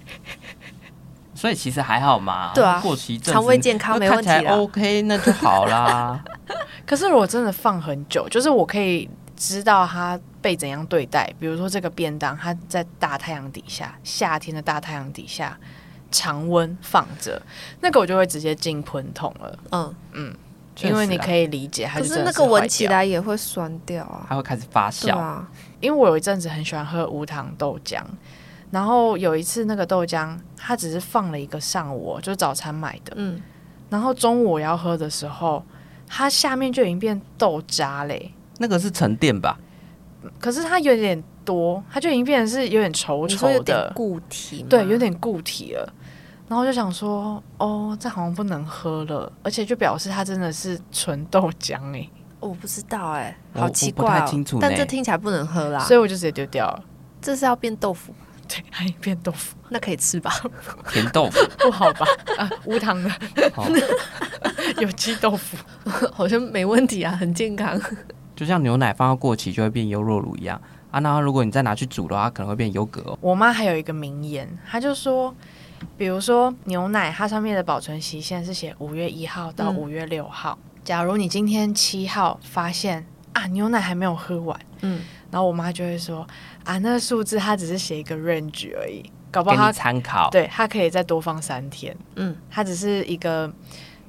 Speaker 1: 所以其实还好嘛，
Speaker 2: 对啊
Speaker 1: 过期一阵子
Speaker 2: 肠胃健康
Speaker 1: 那
Speaker 2: 没问题啦
Speaker 1: 看起来哦 OK，那就好啦。
Speaker 3: 可是如果真的放很久，就是我可以知道它被怎样对待，比如说这个便当，它在大太阳底下，夏天的大太阳底下。常温放着，那个我就会直接进喷筒了，
Speaker 2: 嗯，
Speaker 1: 确
Speaker 3: 因为你
Speaker 1: 实啊
Speaker 3: 可以理解它
Speaker 2: 可
Speaker 3: 真
Speaker 2: 是
Speaker 3: 的
Speaker 2: 那
Speaker 3: 是
Speaker 2: 个
Speaker 3: 坏
Speaker 2: 闻起
Speaker 3: 掉
Speaker 2: 来也会酸掉啊，
Speaker 1: 它会开始发
Speaker 2: 对
Speaker 1: 酵，
Speaker 2: 啊，
Speaker 3: 因为我有一阵子很喜欢喝无糖豆浆，然后有一次那个豆浆，它只是放了一个上午哦，就是早餐买的，
Speaker 2: 嗯，
Speaker 3: 然后中午我要喝的时候，它下面就已经变豆渣嘞，
Speaker 1: 那个是沉淀吧？
Speaker 3: 可是它有点多，它就已经变成是有点稠
Speaker 2: 你说有
Speaker 3: 稠
Speaker 2: 点
Speaker 3: 的，
Speaker 2: 固体吗，
Speaker 3: 对，有点固体了。然后我就想说，哦，这好像不能喝了，而且就表示它真的是纯豆浆哎、
Speaker 2: 我不知道哎、
Speaker 1: 我
Speaker 2: 好奇
Speaker 1: 我不
Speaker 2: 怪、
Speaker 1: 太
Speaker 2: 哦
Speaker 1: 清楚
Speaker 2: 但
Speaker 1: 呢
Speaker 2: 这听起来不能喝啦，
Speaker 3: 所以我就直接丢掉了。
Speaker 2: 这是要变豆腐吧，
Speaker 3: 对，它已经变豆腐，
Speaker 2: 那可以吃吧？
Speaker 1: 甜豆腐，
Speaker 3: 不好吧？ 啊，无糖的
Speaker 1: 哦、
Speaker 3: 有机豆腐。
Speaker 2: 好像没问题啊，很健康。
Speaker 1: 就像牛奶放到过期就会变优酪乳一样啊。那如果你再拿去煮的话，可能会变优格哦。
Speaker 3: 我妈还有一个名言，她就说，比如说牛奶，它上面的保存期限是写五月一号到
Speaker 2: 嗯
Speaker 3: 五月六号。假如你今天七号发现啊牛奶还没有喝完，
Speaker 2: 嗯，
Speaker 3: 然后我妈就会说啊那个数字它只是写一个 range 而已，搞不
Speaker 1: 给你
Speaker 3: 好它
Speaker 1: 参考，
Speaker 3: 对它可以再多放三天。
Speaker 2: 嗯，
Speaker 3: 它只是一个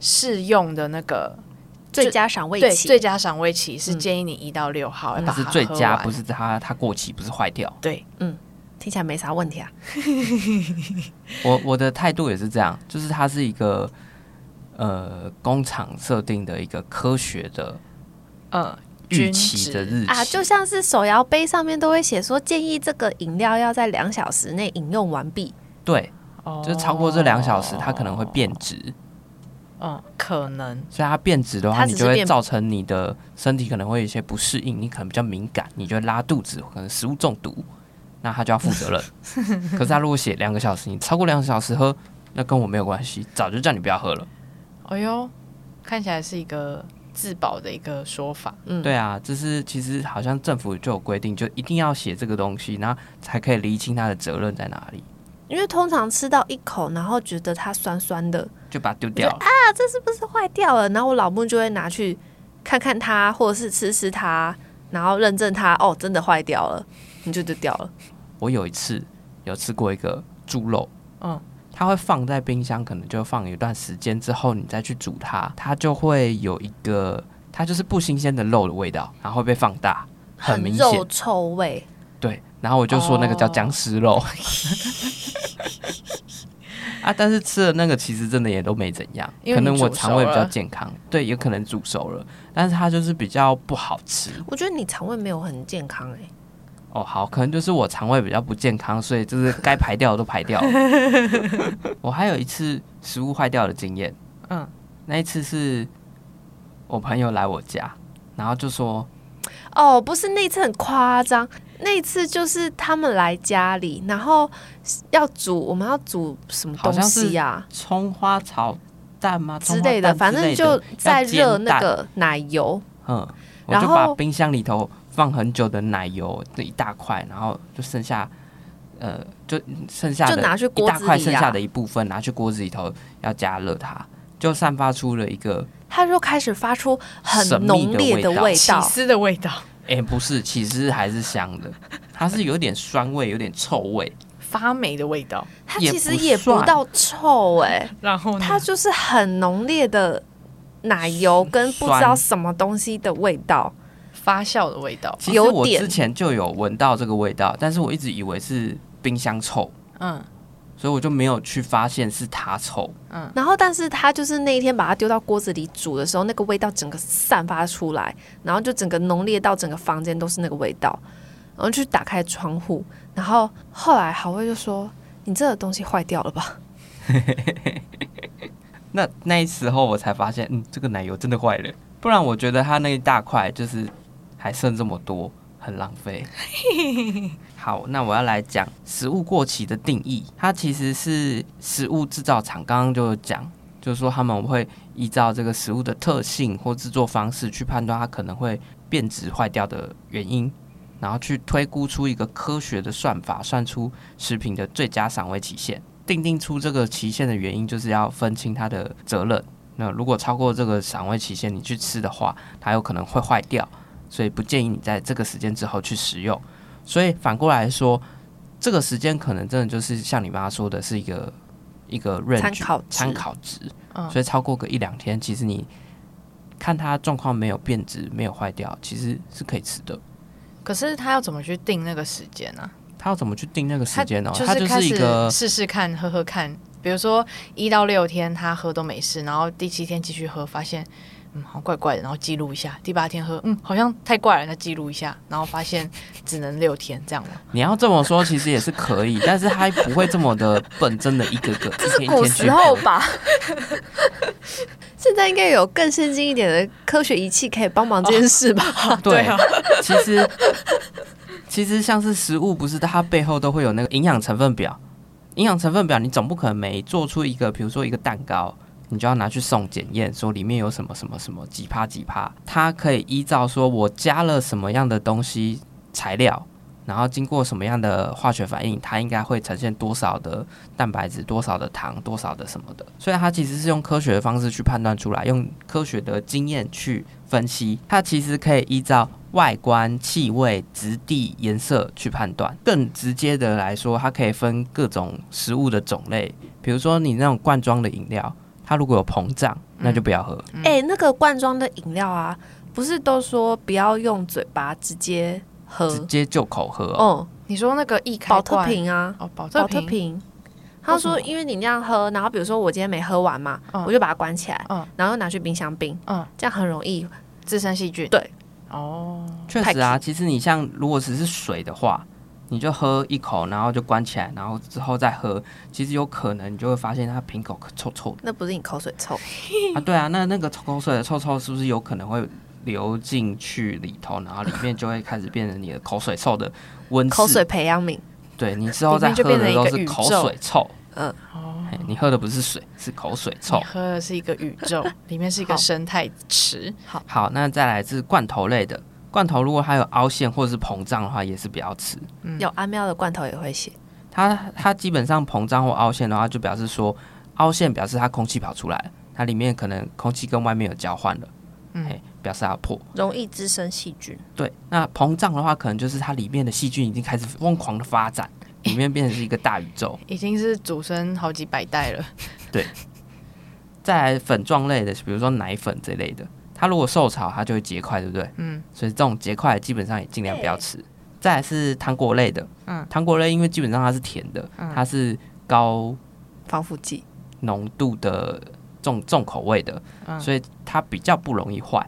Speaker 3: 试用的那个
Speaker 2: 最佳赏味
Speaker 3: 对
Speaker 2: 期，
Speaker 3: 最佳赏味期是
Speaker 2: 嗯
Speaker 3: 建议你一到六号，要
Speaker 1: 它
Speaker 3: 把它
Speaker 1: 是最佳，
Speaker 3: 喝完
Speaker 1: 不是它它过期，不是坏掉。
Speaker 3: 对。
Speaker 2: 听起来没啥问题啊。
Speaker 1: 我我的态度也是这样，就是它是一个呃工厂设定的一个科学的
Speaker 3: 嗯，
Speaker 1: 预
Speaker 3: 均
Speaker 1: 期的
Speaker 3: 值
Speaker 1: 日期
Speaker 2: 啊，就像是手摇杯上面都会写说，建议这个饮料要在两小时内饮用完毕。
Speaker 1: 对，就是超过这两小时，它可能会
Speaker 3: 哦
Speaker 1: 变质。
Speaker 3: 嗯，可能
Speaker 1: 所以它变质的话，
Speaker 2: 它
Speaker 1: 你
Speaker 2: 只是
Speaker 1: 就会
Speaker 2: 变
Speaker 1: 造成你的身体可能会有一些不适应，你可能比较敏感，你就会拉肚子，可能食物中毒，那他就要负责任。 可是他如果写两个小时，你超过两个小时喝，那跟我没有关系，早就叫你不要喝了。
Speaker 3: 哎呦，看起来是一个自保的一个说法。
Speaker 2: 嗯，
Speaker 1: 对啊，这是其实好像政府就有规定，就一定要写这个东西，那才可以厘清他的责任在哪里，
Speaker 2: 因为通常吃到一口，然后觉得它酸酸的，
Speaker 1: 就把它丢掉了。
Speaker 2: 啊，这是不是坏掉了？然后我老公就会拿去看看它，或者是吃吃它，然后认证它，哦，真的坏掉了，你就丢掉了。
Speaker 1: 我有一次有吃过一个猪肉，
Speaker 3: 嗯，
Speaker 1: 它会放在冰箱，可能就放一段时间之后，你再去煮它，它就会有一个，它就是不新鲜的肉的味道，然后会被放大，很明
Speaker 2: 肉
Speaker 1: 显。
Speaker 2: 臭味，
Speaker 3: 哦
Speaker 1: 对，然后我就说那个叫僵尸肉， 啊，但是吃的那个其实真的也都没怎样，
Speaker 3: 因
Speaker 1: 可
Speaker 3: 为你
Speaker 1: 能我
Speaker 3: 煮熟
Speaker 1: 肠胃比较
Speaker 3: 了
Speaker 1: 健康，对，也可能煮熟了，但是它就是比较不好吃。
Speaker 2: 我觉得你肠胃没有很健康哎、
Speaker 1: 哦，好，可能就是我肠胃比较不健康，所以就是该排掉的都排掉了。 我还有一次食物坏掉的经验，
Speaker 3: 嗯，
Speaker 1: 那一次是我朋友来我家，然后就说
Speaker 2: 哦，不是那次很夸张，那次就是他们来家里，然后要煮，我们要煮什么
Speaker 1: 好
Speaker 2: 东
Speaker 1: 像是
Speaker 2: 西呀、
Speaker 1: 葱花炒蛋吗？
Speaker 2: 之类的，
Speaker 1: 葱花
Speaker 2: 反
Speaker 1: 蛋之
Speaker 2: 正
Speaker 1: 类
Speaker 2: 就
Speaker 1: 的
Speaker 2: 在热
Speaker 1: 要煎
Speaker 2: 那
Speaker 1: 蛋
Speaker 2: 个奶油，
Speaker 1: 嗯，我
Speaker 2: 然
Speaker 1: 就把
Speaker 2: 后
Speaker 1: 冰箱里头放很久的奶油这一大块，然后就剩下，呃，就剩下的
Speaker 2: 就拿去
Speaker 1: 一
Speaker 2: 锅
Speaker 1: 大
Speaker 2: 子
Speaker 1: 块
Speaker 2: 里
Speaker 1: 剩下
Speaker 2: 啊
Speaker 1: 的一部分拿去锅子里头要加热它，就散发出了一个
Speaker 2: 它就开始发出很
Speaker 1: 神秘的
Speaker 2: 浓烈的
Speaker 1: 味道
Speaker 2: 味
Speaker 3: 起
Speaker 2: 道，
Speaker 3: 司的味道，
Speaker 1: 哎、不是，其实还是香的，它是有点酸味，有点臭味，
Speaker 3: 发霉的味道。
Speaker 2: 它
Speaker 1: 也
Speaker 2: 其实
Speaker 1: 不
Speaker 2: 也不
Speaker 1: 算嗯
Speaker 2: 到臭哎、
Speaker 4: 然后呢？
Speaker 2: 它就是很浓烈的奶油跟不知道
Speaker 1: 酸
Speaker 2: 什么东西的味道，
Speaker 3: 发酵的味道，
Speaker 1: 其实
Speaker 2: 有
Speaker 1: 我
Speaker 2: 点
Speaker 1: 之前就有闻到这个味道，但是我一直以为是冰箱臭，
Speaker 3: 嗯，
Speaker 1: 所以我就没有去发现是它臭。
Speaker 2: 然后但是它就是那一天把它丢到锅子里煮的时候，那个味道整个散发出来，然后就整个浓烈到整个房间都是那个味道，然后去打开窗户，然后后来好味就说：“你这个东西坏掉了吧
Speaker 1: 那那时候我才发现，嗯，这个奶油真的坏了，不然我觉得它那一大块就是还剩这么多，很浪 费。好，那我要来讲食物过期的定义，它其实是食物制造厂刚刚就有讲，就是说他们会依照这个食物的特性或制作方式去判断它可能会变质坏掉的原因。然后去推估出一个科学的算法，算出食品的最佳赏味期限。定定出这个期限的原因，就是要分清它的责任。那如果超过这个赏味期限，你去吃的话，它有可能会坏掉，所以不建议你在这个时间之后去食用。所以反过来说，这个时间可能真的就是像你妈说的，是一个一个 range
Speaker 2: 参考值
Speaker 1: 参考值
Speaker 3: 嗯
Speaker 1: 所以超过个一两天，其实你看它状况没有变质、没有坏掉，其实是可以吃的。
Speaker 3: 可是他要怎么去定那个时间呢、啊
Speaker 1: 它要怎么去定那个时间呢、它
Speaker 3: 哦就是开
Speaker 1: 是一个
Speaker 3: 始试试看，喝喝看。比如说一到六天他喝都没事，然后第七天继续喝，发现嗯好像怪怪的，然后记录一下。第八天喝，嗯好像太怪了，那记录一下，然后发现只能六天这样吗？
Speaker 1: 你要这么说，其实也是可以，但是它不会这么的笨，真的一个 个一天一
Speaker 2: 古
Speaker 1: 天去
Speaker 2: 时候
Speaker 1: 喝
Speaker 2: 吧。 现在应该有更先进一点的科学仪器可以帮忙这件事吧？
Speaker 1: 对，其实其实像是食物，不是它背后都会有那个营养成分表。营养成分表，你总不可能每做出一个，比如说一个蛋糕，你就要拿去送检验，说里面有什么什么什么几趴几趴。它可以依照说我加了什么样的东西材料，然后经过什么样的化学反应，它应该会呈现多少的蛋白质、多少的糖、多少的什么的。所以它其实是用科学的方式去判断出来，用科学的经验去分析。它其实可以依照外观、气味、质地、颜色去判断。更直接的来说，它可以分各种食物的种类，比如说你那种罐装的饮料，它如果有膨胀，那就不要喝。
Speaker 3: 嗯
Speaker 2: 哎、那个罐装的饮料啊，不是都说不要用嘴巴直接喝？
Speaker 1: 直接就口喝、哦。
Speaker 2: 哦，
Speaker 3: 你说那个易开
Speaker 2: 保特
Speaker 3: 罐
Speaker 2: 瓶啊，
Speaker 3: 哦，保特
Speaker 2: 保特
Speaker 3: 瓶
Speaker 2: 瓶。他说，
Speaker 3: 为什么
Speaker 2: 因为你那样喝，然后比如说我今天没喝完嘛，
Speaker 3: 嗯
Speaker 2: 我就把它关起来，
Speaker 3: 嗯
Speaker 2: 然后拿去冰箱冰，
Speaker 3: 嗯
Speaker 2: 这样很容易。
Speaker 3: 滋生细菌
Speaker 2: 对
Speaker 3: 哦，
Speaker 1: 确
Speaker 2: 太
Speaker 1: 实啊，其实你像如果只是水的话，你就喝一口，然后就关起来，然后之后再喝，其实有可能你就会发现它瓶口臭臭
Speaker 2: 那不是你口水臭，
Speaker 1: 的啊。对啊，那那个口水的臭臭是不是有可能会流进去里头，然后里面就会开始变成你的口水臭的温室？
Speaker 2: 口水培养皿。
Speaker 1: 对你之后再喝
Speaker 3: 里面就变成
Speaker 1: 的
Speaker 3: 一
Speaker 1: 都
Speaker 3: 个
Speaker 1: 是
Speaker 3: 宇宙
Speaker 1: 口水臭，
Speaker 2: 嗯，
Speaker 1: 嘿你喝的不是水，是口水臭
Speaker 3: 你。喝的是一个宇 宙，里面是一个
Speaker 2: 好
Speaker 3: 生态池，
Speaker 1: 好，那再来是罐头类的，罐头如果它有凹陷或者是膨胀的话，也是不要吃。
Speaker 3: 嗯
Speaker 2: 有阿喵的罐头也会写，
Speaker 1: 它它基本上膨胀或凹陷的话，就表示说凹陷表示它空气跑出来了，它里面可能空气跟外面有交换了，嗯、表示它要破。
Speaker 2: 容易滋生细菌。
Speaker 1: 对，那膨胀的话，可能就是它里面的细菌已经开始疯狂的发展，里面变成是一个大宇宙。
Speaker 3: 已经是祖孙好几百代了。
Speaker 1: 再来粉状类的，比如说奶粉这类的，它如果受潮，它就会结块，对不对？嗯，所以这种结块基本上也尽量不要吃。再来是糖果类的，嗯，糖果类因为基本上它是甜的，它是高
Speaker 2: 防腐剂。
Speaker 1: 浓度的重重口味的，
Speaker 3: 嗯
Speaker 1: 所以它比较不容易坏。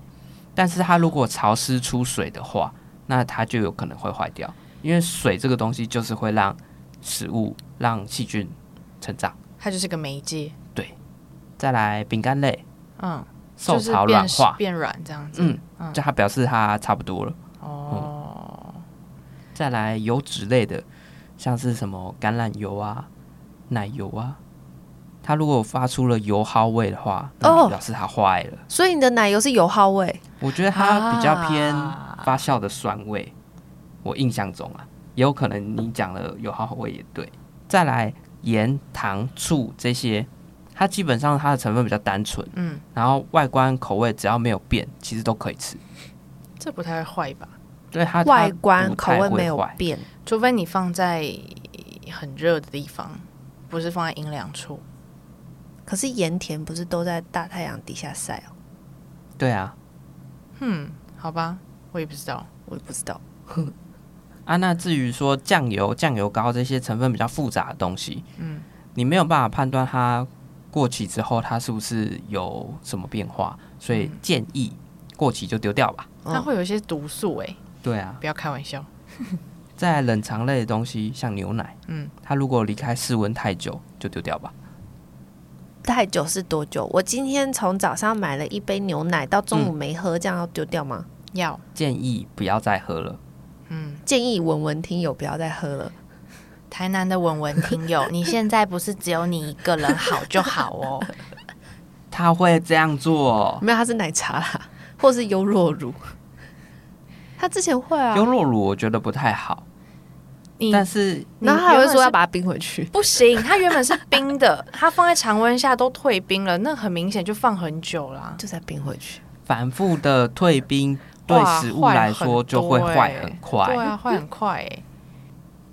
Speaker 1: 但是它如果潮湿出水的话，那它就有可能会坏掉，因为水这个东西就是会让食物、让细菌成长。
Speaker 3: 它就是个媒介，
Speaker 1: 再来饼干类
Speaker 3: 嗯，
Speaker 1: 受
Speaker 3: 就是
Speaker 1: 潮
Speaker 3: 变
Speaker 1: 软化，
Speaker 3: 变软这样子，
Speaker 1: 嗯，就它表示它差不多了。嗯
Speaker 3: 哦，
Speaker 1: 再来油脂类的，像是什么橄榄油啊、奶油啊，它如果发出了油耗味的话，那就
Speaker 2: 哦
Speaker 1: 表示它坏了。
Speaker 2: 所以你的奶油是油耗味，
Speaker 1: 我觉得它比较偏
Speaker 3: 啊
Speaker 1: 发酵的酸味，我印象中啊，也有可能你讲的有好味也对。再来盐、糖、醋这些，它基本上它的成分比较单纯，
Speaker 3: 嗯，
Speaker 1: 然后外观口味只要没有变，其实都可以吃。
Speaker 3: 这不太会坏吧？
Speaker 1: 对它它
Speaker 2: 外观
Speaker 1: 不
Speaker 2: 口
Speaker 1: 太
Speaker 2: 味
Speaker 1: 会
Speaker 2: 没有
Speaker 1: 坏
Speaker 2: 变。
Speaker 3: 除非你放在很热的地方，不是放在阴凉处。
Speaker 2: 可是盐田不是都在大太阳底下晒哦？
Speaker 1: 对啊，
Speaker 3: 嗯，好吧，我也不知道。
Speaker 2: 我也不知道。
Speaker 1: 啊，那至于说酱油、酱油膏这些成分比较复杂的东西，嗯，你没有办法判断它过期之后它是不是有什么变化，所
Speaker 2: 嗯
Speaker 1: 以建议过期就丢掉吧。
Speaker 3: 它会有一些毒素哎、
Speaker 1: 对啊，
Speaker 3: 不要开玩笑。
Speaker 1: 在冷藏类的东西，像牛奶，
Speaker 3: 嗯，
Speaker 1: 它如果离开室温太久，就丢掉吧。
Speaker 2: 太久是多久？我今天从早上买了一杯牛奶，到中午没喝，这样要丢掉吗？
Speaker 3: 要
Speaker 1: 建议不要再喝了。
Speaker 2: 建议文文听友不要再喝了。
Speaker 3: 台南的文文听友，你现在不是只有你一个人好就好 哦。
Speaker 1: 他会这样做，
Speaker 2: 没有，它是奶茶啦， 或是优酪乳。他之前会啊，
Speaker 1: 优酪乳我觉得不太好，
Speaker 3: 你
Speaker 1: 但是
Speaker 2: 然后
Speaker 3: 你
Speaker 2: 他还
Speaker 3: 原
Speaker 2: 会
Speaker 3: 本
Speaker 2: 说
Speaker 3: 是
Speaker 2: 要把它冰回去。
Speaker 3: 不行，它原本是冰 的，它放在常温下都退冰了，那很明显就放很久啊啦。
Speaker 2: 就再冰回去，
Speaker 1: 反复的退冰对
Speaker 3: 哇
Speaker 1: 食物
Speaker 3: 坏
Speaker 1: 来
Speaker 3: 很
Speaker 1: 说就会
Speaker 3: 多
Speaker 1: 坏
Speaker 3: 欸
Speaker 1: 很快。
Speaker 3: 对啊，坏很快哎、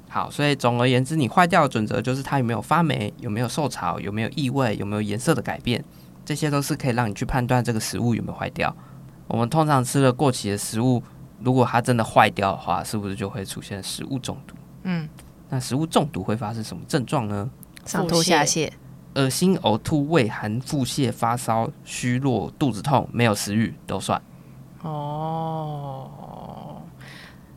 Speaker 1: 好，所以总而言之，你坏掉的准则就是它有没有发霉，有没有受潮，有没有异味，有没有颜色的改变，这些都是可以让你去判断这个食物有没有坏掉。我们通常吃了过期的食物，如果它真的坏掉的话，是不是就会出现食物中毒？
Speaker 3: 嗯，
Speaker 1: 那食物中毒会发生什么症状呢？
Speaker 2: 上吐下泻，
Speaker 1: 恶心、呕吐、胃寒、腹泻、发烧、虚弱、肚子痛、没有食欲都算。
Speaker 3: 哦，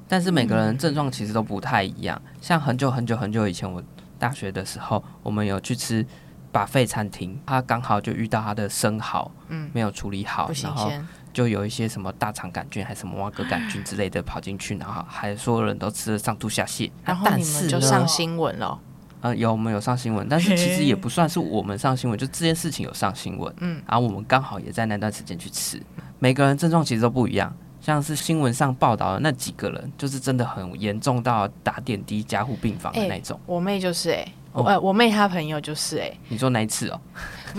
Speaker 1: 但是每个人症状其实都不太一样。像很久很久很久以前，我大学的时候，我们有去吃把费餐厅，他刚好就遇到他的生蚝，
Speaker 3: 嗯
Speaker 1: 没有处理好
Speaker 3: 不，新
Speaker 1: 然后
Speaker 3: 鲜，
Speaker 1: 就有一些什么大肠杆菌还是什么蛙哥杆菌之类的跑进去，然后还所有人都吃的上吐下泻。
Speaker 3: 然后
Speaker 1: 但
Speaker 3: 你
Speaker 1: 是
Speaker 3: 们就
Speaker 1: 呢
Speaker 3: 上新闻了。
Speaker 1: 呃，有我们有上新闻，但是其实也不算是我们上新闻，就这件事情有上新闻。
Speaker 3: 嗯，
Speaker 1: 然后我们刚好也在那段时间去吃，每个人症状其实都不一样。像是新闻上报道的那几个人，就是真的很严重到打点滴、加护病房的那种。
Speaker 3: 我妹就是哎、我
Speaker 1: 哦
Speaker 3: 呃，我妹她朋友就是哎、
Speaker 1: 你说那一次哦？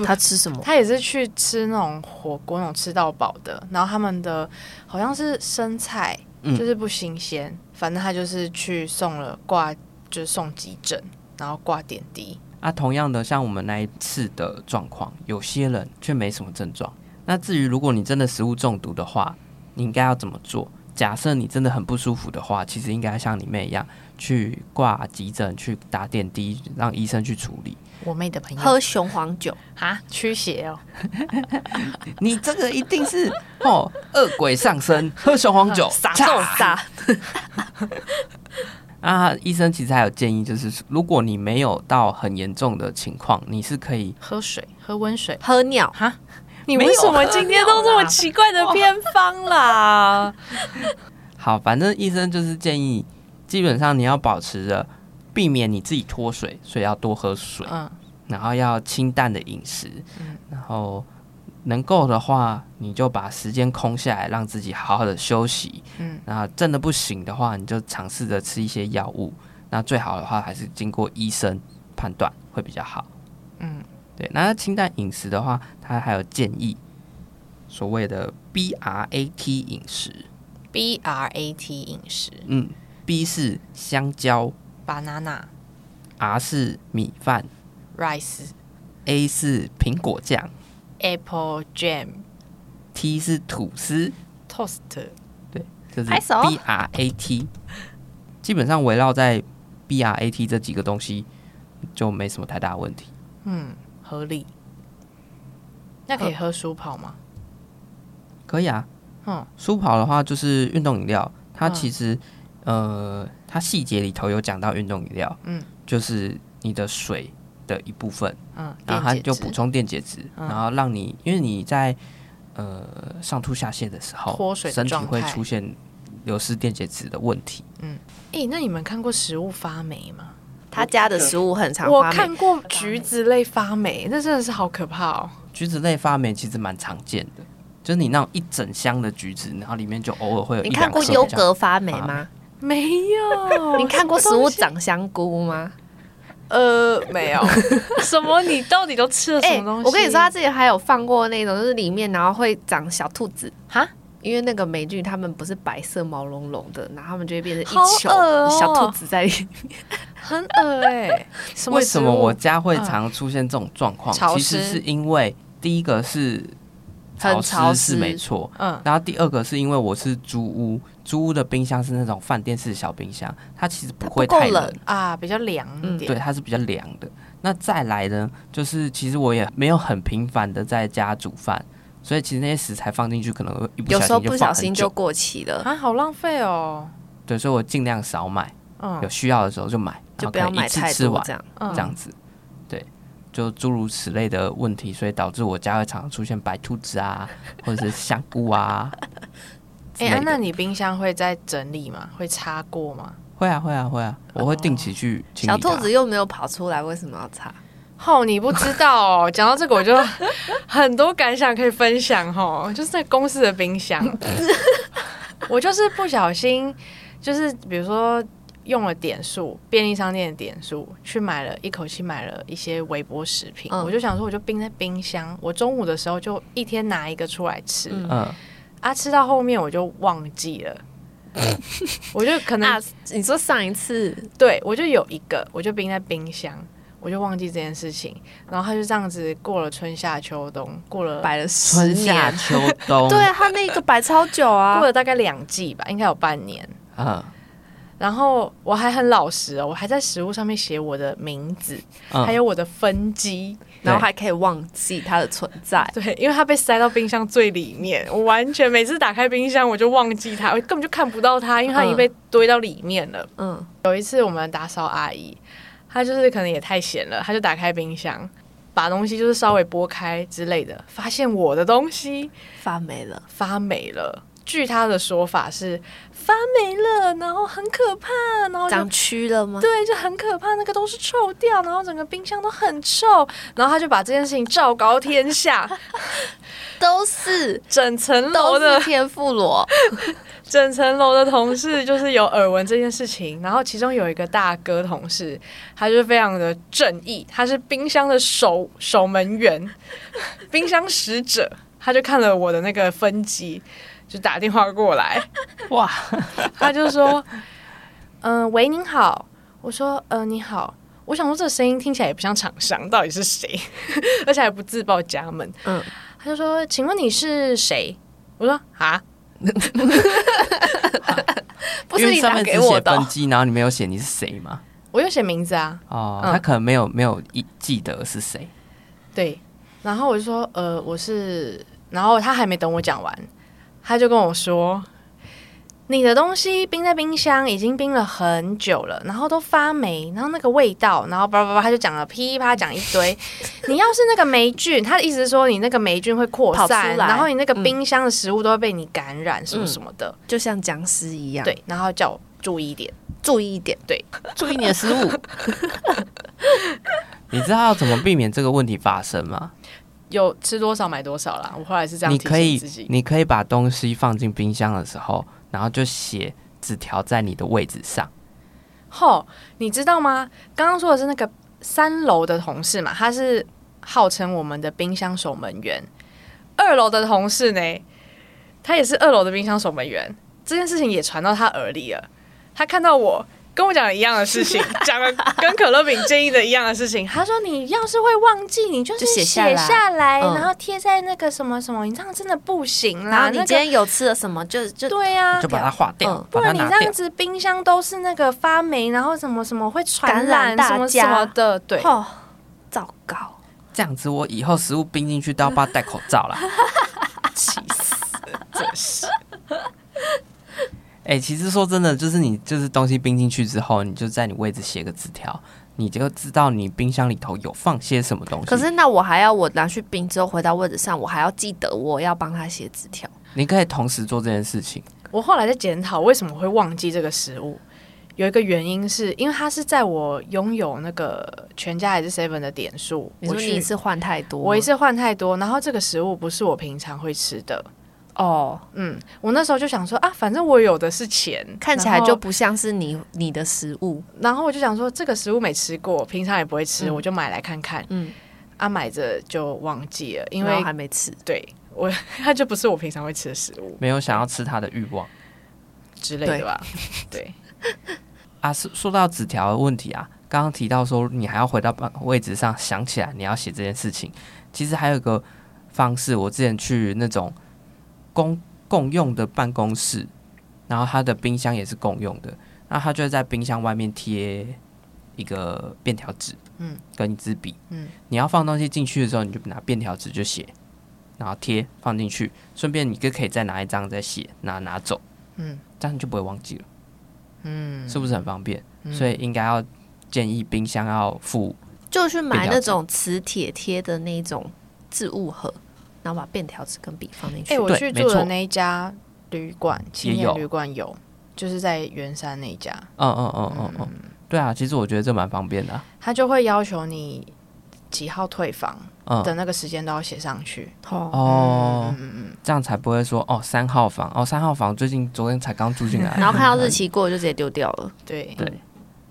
Speaker 2: 他吃什么？
Speaker 3: 她也是去吃那种火锅那种吃到饱的，然后他们的好像是生菜
Speaker 1: 嗯
Speaker 3: 就是不新鲜，反正她就是去送了挂，就是送急诊，然后挂点滴，
Speaker 1: 啊，同样的，像我们那一次的状况，有些人却没什么症状。那至于如果你真的食物中毒的话，你应该要怎么做？假设你真的很不舒服的话，其实应该像你妹一样去挂急诊、去打点滴，让医生去处理。
Speaker 3: 我妹的朋友
Speaker 2: 喝雄黄酒，
Speaker 3: 啊驱邪哦，
Speaker 1: 你这个一定是 哦，恶鬼上身，喝雄黄酒，
Speaker 2: 撒
Speaker 1: 嚓
Speaker 2: 豆撒，
Speaker 1: 啊！医生其实还有建议，就是如果你没有到很严重的情况，你是可以
Speaker 3: 喝水喝温水，啊
Speaker 2: 喝尿，
Speaker 3: 你
Speaker 1: 没有
Speaker 3: 为什么
Speaker 1: 喝
Speaker 3: 今天都这么奇怪的
Speaker 2: 哦
Speaker 3: 偏方啦？
Speaker 1: 好，反正医生就是建议，基本上你要保持着避免你自己脱水，所以要多喝水，
Speaker 3: 嗯，
Speaker 1: 然后要清淡的饮食，然后能够的话，你就把时间空下来，让自己好好的休息。
Speaker 3: 嗯，
Speaker 1: 那真的不行的话，你就尝试着吃一些药物。那最好的话还是经过医生判断会比较好。
Speaker 3: 嗯，
Speaker 1: 对。那清淡饮食的话，他还有建议所谓的 BRAT 饮食。
Speaker 3: B R A T 饮食
Speaker 1: 嗯，B 是香蕉
Speaker 3: ，banana
Speaker 1: ，R 是米饭
Speaker 3: rice
Speaker 1: ，A 是苹果酱
Speaker 3: apple jam
Speaker 1: ，T 是吐司，
Speaker 3: toast。
Speaker 1: 对，这是
Speaker 2: 拍
Speaker 3: 哦
Speaker 2: 手
Speaker 1: B R A T。基本上围绕在 B R A T 这几个东西就没什么太大问题。
Speaker 3: 嗯，合理。那可以喝舒跑吗？
Speaker 1: 可以啊。
Speaker 3: 嗯，
Speaker 1: 舒跑的话就是运动饮料，它其实、呃，它细节里头有讲到运动饮料，
Speaker 3: 嗯，
Speaker 1: 就是你的水的一部分，
Speaker 3: 嗯，
Speaker 1: 然后它
Speaker 3: 电解
Speaker 1: 就
Speaker 3: 质
Speaker 1: 补充电解质，
Speaker 3: 嗯
Speaker 1: 然后让你因为你在呃上吐下泻的时候，
Speaker 3: 脱水的
Speaker 1: 身体
Speaker 3: 状
Speaker 1: 会
Speaker 3: 态
Speaker 1: 出现流失电解质的问题。
Speaker 3: 诶，那你们看过食物发霉吗？
Speaker 2: 他家的食物很常
Speaker 3: 我
Speaker 2: 发霉
Speaker 3: 看过橘子类发霉，那真的是好可怕哦。
Speaker 1: 橘子类发霉其实蛮常见的，就是你那种一整箱的橘子，然后里面就偶尔会有一
Speaker 2: 你
Speaker 1: 两
Speaker 2: 看
Speaker 1: 颗
Speaker 2: 过
Speaker 1: 这
Speaker 2: 优
Speaker 1: 样。
Speaker 2: 格发霉吗？
Speaker 3: 没有，
Speaker 2: 你看过食物长香菇吗？
Speaker 3: 呃没 有，
Speaker 4: 什么？你到底都吃了什
Speaker 2: 哎、
Speaker 4: 么东西？
Speaker 2: 我跟你说，他之前还有放过那种，就是里面然后会长小兔子
Speaker 3: 哈，
Speaker 2: 因为那个霉菌它们不是白色毛茸茸的，然后它们就会变成
Speaker 3: 好
Speaker 2: 一球、
Speaker 3: 恶哦
Speaker 2: 小兔子在里面。
Speaker 3: 很恶哎、 什么
Speaker 1: 为
Speaker 3: 食
Speaker 1: 什
Speaker 3: 物嗯
Speaker 1: 么我家会常出现这种状况？
Speaker 3: 潮
Speaker 1: 其实
Speaker 3: 湿
Speaker 1: 是因为第一个是
Speaker 2: 很潮
Speaker 1: 湿是
Speaker 2: 湿
Speaker 1: 没错，
Speaker 3: 嗯
Speaker 1: 然后第二个是因为我是租屋，租屋的冰箱是那种饭店式小冰箱，它其实不会
Speaker 2: 它不够
Speaker 1: 太冷嗯
Speaker 2: 冷，
Speaker 3: 啊比较凉一点？
Speaker 1: 对，它是比较凉的。那再来呢，就是其实我也没有很频繁的在家煮饭，所以其实那些食材放进去可能会一不
Speaker 2: 有时
Speaker 1: 小
Speaker 2: 候
Speaker 1: 心
Speaker 2: 不
Speaker 1: 就
Speaker 2: 小
Speaker 1: 放
Speaker 2: 心
Speaker 1: 很
Speaker 2: 就
Speaker 1: 久。
Speaker 2: 过期了，
Speaker 3: 啊，好浪费哦。
Speaker 1: 对，所以我尽量少买，有
Speaker 3: 嗯
Speaker 1: 需要的时候就买，
Speaker 2: 就
Speaker 1: 然后
Speaker 2: 不
Speaker 1: 可
Speaker 2: 要
Speaker 1: 能
Speaker 2: 买
Speaker 1: 一次
Speaker 2: 太
Speaker 1: 吃
Speaker 2: 多
Speaker 1: 完
Speaker 2: 这样。
Speaker 3: 嗯
Speaker 1: 这样子，对，就诸如此类的问题，所以导致我家会常常出现白兔子啊，或者是香菇啊之类
Speaker 3: 哎、
Speaker 1: 的。
Speaker 3: 啊那你冰箱会再整理吗？会擦过吗？
Speaker 1: 会啊会啊会啊，我会定期去清
Speaker 2: 小
Speaker 1: 理它。
Speaker 2: 兔子又没有跑出来，为什么要擦？
Speaker 3: 哦，你不知道哦。 讲到这个，我就很多感想可以分享哦。就是在公司的 冰箱，我就是不小心，就是比如说用了点数，便利商店的点数，去买了一口气买了一些微波食品。
Speaker 2: 嗯
Speaker 3: 我就想说，我就冰在冰箱，我中午的时候就一天拿一个出来吃、
Speaker 2: 嗯
Speaker 1: 嗯，
Speaker 3: 啊，吃到后面我就忘记 了，我就可能
Speaker 2: 啊，你说上一次
Speaker 3: 对，我就有一个，我就冰在冰箱，我就忘记这件事情。然后他就这样子过了春夏秋冬，过了
Speaker 2: 摆了十
Speaker 1: 春夏
Speaker 2: 年，
Speaker 1: 秋冬，
Speaker 2: 对啊，他那个摆超久啊
Speaker 3: 过，了大概两季吧，应该有半年。
Speaker 1: 嗯
Speaker 3: 然后我还很老实哦，我还在食物上面写我的名字，
Speaker 1: 嗯，
Speaker 3: 还有我的分机。
Speaker 2: 然后还可以忘记它的存在。
Speaker 3: 对，因为它被塞到冰箱最里面，我完全每次打开冰箱我就忘记它，我根本就看不到它，因为它已经被堆到里面了。
Speaker 2: 嗯，
Speaker 3: 有一次我们打扫阿姨，她就是可能也太闲了，她就打开冰箱，把东西就是稍微拨开之类的，发现我的东西
Speaker 2: 发霉了。
Speaker 3: 发霉了。据她的说法是发霉了，然后很可怕，然后就
Speaker 2: 长蛆了吗？
Speaker 3: 对，就很可怕，那个都是臭掉，然后整个冰箱都很臭，然后她就把这件事情昭告天下，
Speaker 2: 都是
Speaker 3: 整层楼
Speaker 2: 都
Speaker 3: 的
Speaker 2: 是天妇 罗，
Speaker 3: 整层楼的同事就是有耳闻这件事情，然后其中有一个大哥同事，他就是非常的正义，他是冰箱的守守门员， 冰箱使者，他就看了我的那个分机，就打电话过来，
Speaker 1: 哇，
Speaker 3: 他就说：“嗯、喂，您好。”我说：“嗯、你好。”我想说这声音听起来也不像厂商，到底是谁？ 而且还不自报家门。
Speaker 2: 嗯
Speaker 3: 嗯，他就说：“请问你是谁？”我说：“啊，
Speaker 2: 不
Speaker 1: 因
Speaker 2: 是
Speaker 1: 为
Speaker 2: 你
Speaker 1: 上
Speaker 2: 打
Speaker 1: 面只
Speaker 2: 给
Speaker 1: 写
Speaker 2: 我的
Speaker 1: 分
Speaker 2: 哦。
Speaker 1: 机，然后你没有写你是谁吗？
Speaker 3: 我有写名字啊。”
Speaker 1: 哦，
Speaker 3: 嗯
Speaker 1: 他可能没有没有一记得是谁，
Speaker 3: 对，然后我就说，呃，我是，然后他还没等我讲完，他就跟我说，你的东西冰在冰箱已经冰了很久了，然后都发霉，然后那个味道，然后叭叭叭，他就讲了噼里啪啦讲一堆。你要是那个霉菌，他的意思是说你那个霉菌会扩
Speaker 2: 跑出
Speaker 3: 散，
Speaker 2: 来
Speaker 3: 然后你那个
Speaker 2: 嗯
Speaker 3: 冰箱的食物都会被你感染什么
Speaker 2: 嗯
Speaker 3: 什么的，
Speaker 2: 就像僵尸一样，，
Speaker 3: 对，然后叫我注意一点。
Speaker 2: 注意一点，
Speaker 1: 注意你的失 误。你知道要怎么避免这个问题发生吗？
Speaker 3: 有吃多少买多少啦，我后来是这样
Speaker 1: 你
Speaker 3: 提
Speaker 1: 可
Speaker 3: 醒
Speaker 1: 以
Speaker 3: 自己，。
Speaker 1: 你可以把东西放进冰箱的时候，然后就写纸条在你的位置上。
Speaker 3: 吼，你知道吗？刚刚说的是那个三楼的同事嘛，他是号称我们的冰箱守门员。二楼的同事呢，他也是二楼的冰箱守门员。这件事情也传到他耳里了，他看到我。跟我讲了一样的事 情，讲了跟可乐饼建议的一样的事情。他说：“你要是会忘记，你就是
Speaker 2: 就写
Speaker 3: 写
Speaker 2: 下来
Speaker 3: 下来，
Speaker 2: 嗯
Speaker 3: 然后贴在那个什么什么，你这样真的不行
Speaker 2: 然
Speaker 3: 啦。
Speaker 2: 后你
Speaker 3: 那
Speaker 2: 今
Speaker 3: 个
Speaker 2: 天有吃了什么，就就
Speaker 3: 对啊呀、
Speaker 1: 就把它划掉，
Speaker 2: 嗯
Speaker 3: 不
Speaker 1: 把它
Speaker 3: 然你
Speaker 1: 拿
Speaker 3: 这
Speaker 1: 掉
Speaker 3: 样。子，冰箱都是那个发霉，然后什么什么会传
Speaker 2: 感染大
Speaker 3: 什么什
Speaker 2: 家
Speaker 3: 么的，对，
Speaker 2: 哦，糟糕，
Speaker 1: 这样子我以后食物冰进去都要帮他戴口罩 啦。
Speaker 3: 气死，真是。
Speaker 1: 哎、其实说真的，就是你就是东西冰进去之后，你就在你位置写个纸条，你就知道你冰箱里头有放些什么东西。
Speaker 2: 可是那我还要我拿去冰之后回到位置上，我还要记得我要帮他写纸条。
Speaker 1: 你可以同时做这件事情。
Speaker 3: 我后来在检讨为什么会忘记这个食物，有一个原因是因为它是在我拥有那个全家还是 seven 的点数，
Speaker 2: 你说
Speaker 3: 我
Speaker 2: 你
Speaker 3: 去
Speaker 2: 一次换太多吗，
Speaker 3: 我一次换太多，然后这个食物不是我平常会吃的。
Speaker 2: 哦，
Speaker 3: 嗯，我那时候就想说啊，反正我有的是钱，
Speaker 2: 看起来就
Speaker 3: 然后
Speaker 2: 不像是你你的食物。
Speaker 3: 然后我就想说这个食物没吃过，平常也不会吃，我就买来看看。
Speaker 2: 嗯，
Speaker 3: 啊，买着就忘记了，因
Speaker 2: 然
Speaker 3: 为
Speaker 2: 后还没吃，
Speaker 3: 对我 它就不是我平常会吃的食物
Speaker 1: 没有想要吃它的欲望
Speaker 3: 之类的吧？ 对，
Speaker 1: 啊。说说到纸条的问题啊，刚刚提到说你还要回到办位置上想起来你要写这件事情，其实还有一个方式，我之前去那种公共用的办公室，然后它的冰箱也是共用的，那它就会在冰箱外面贴一个便条纸，
Speaker 3: 嗯，
Speaker 1: 跟一支笔，
Speaker 3: 嗯，
Speaker 1: 你要放东西进去的时候，你就拿便条纸就写。然后贴放进去，顺便你就可以再拿一张再写，拿拿走，
Speaker 3: 嗯
Speaker 1: 这样你就不会忘记了。
Speaker 3: 嗯，
Speaker 1: 是不是很方便？
Speaker 3: 嗯
Speaker 1: 所以应该要建议冰箱要附
Speaker 2: 就去买
Speaker 1: 便条
Speaker 2: 那
Speaker 1: 纸
Speaker 2: 种磁铁贴的那种置物盒，然后把便条纸跟笔放进
Speaker 3: 哎、
Speaker 2: 去。
Speaker 3: 我
Speaker 1: 对
Speaker 3: 去
Speaker 1: 没
Speaker 3: 住的
Speaker 1: 错
Speaker 3: 那一家旅馆，青
Speaker 1: 也
Speaker 3: 年
Speaker 1: 有
Speaker 3: 旅馆有，就是在圆山那一家，
Speaker 1: 嗯嗯嗯嗯嗯，对啊，其实我觉得这蛮方便的啊、
Speaker 3: 他就会要求你几号退房的
Speaker 1: 嗯，
Speaker 3: 那个时间都要写上去。
Speaker 2: 哦，
Speaker 1: 哦，
Speaker 3: 嗯嗯
Speaker 1: 这样才不会说哦三号房哦三号房最近昨天才刚住进来，
Speaker 2: 然后看到日期过就直接丢掉了，
Speaker 3: 嗯，对
Speaker 1: 对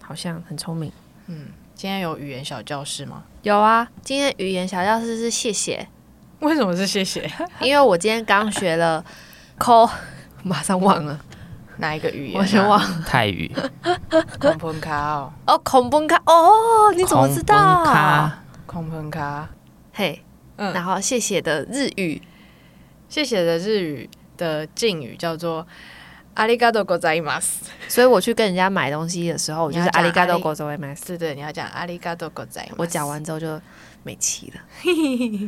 Speaker 2: 好像很聪明。
Speaker 3: 嗯，今天有语言小教室吗？
Speaker 2: 有啊，今天语言小教室是谢谢，
Speaker 3: 为什么是谢谢？
Speaker 2: 因为我今天刚学了抠， 马上忘了，
Speaker 3: 哪一个语言、啊？
Speaker 2: 我先忘。了。
Speaker 1: 泰语，
Speaker 3: 孔喷卡哦，
Speaker 2: 哦，恐崩卡哦，你怎么知
Speaker 1: 恐崩
Speaker 2: 道？
Speaker 1: 咖
Speaker 3: 孔喷卡。
Speaker 2: 嘿，
Speaker 3: 嗯
Speaker 2: 然后谢谢的日语
Speaker 3: 谢谢的日语的敬语叫做阿里嘎多ございます。
Speaker 2: 所以我去跟人家买东西的时候，我就是
Speaker 3: 你
Speaker 2: 阿
Speaker 3: 要讲
Speaker 2: 里嘎多
Speaker 3: 阿里
Speaker 2: 国州 MS。
Speaker 3: 对对，你要讲阿里嘎多ございます。
Speaker 2: 我讲完之后就没气了。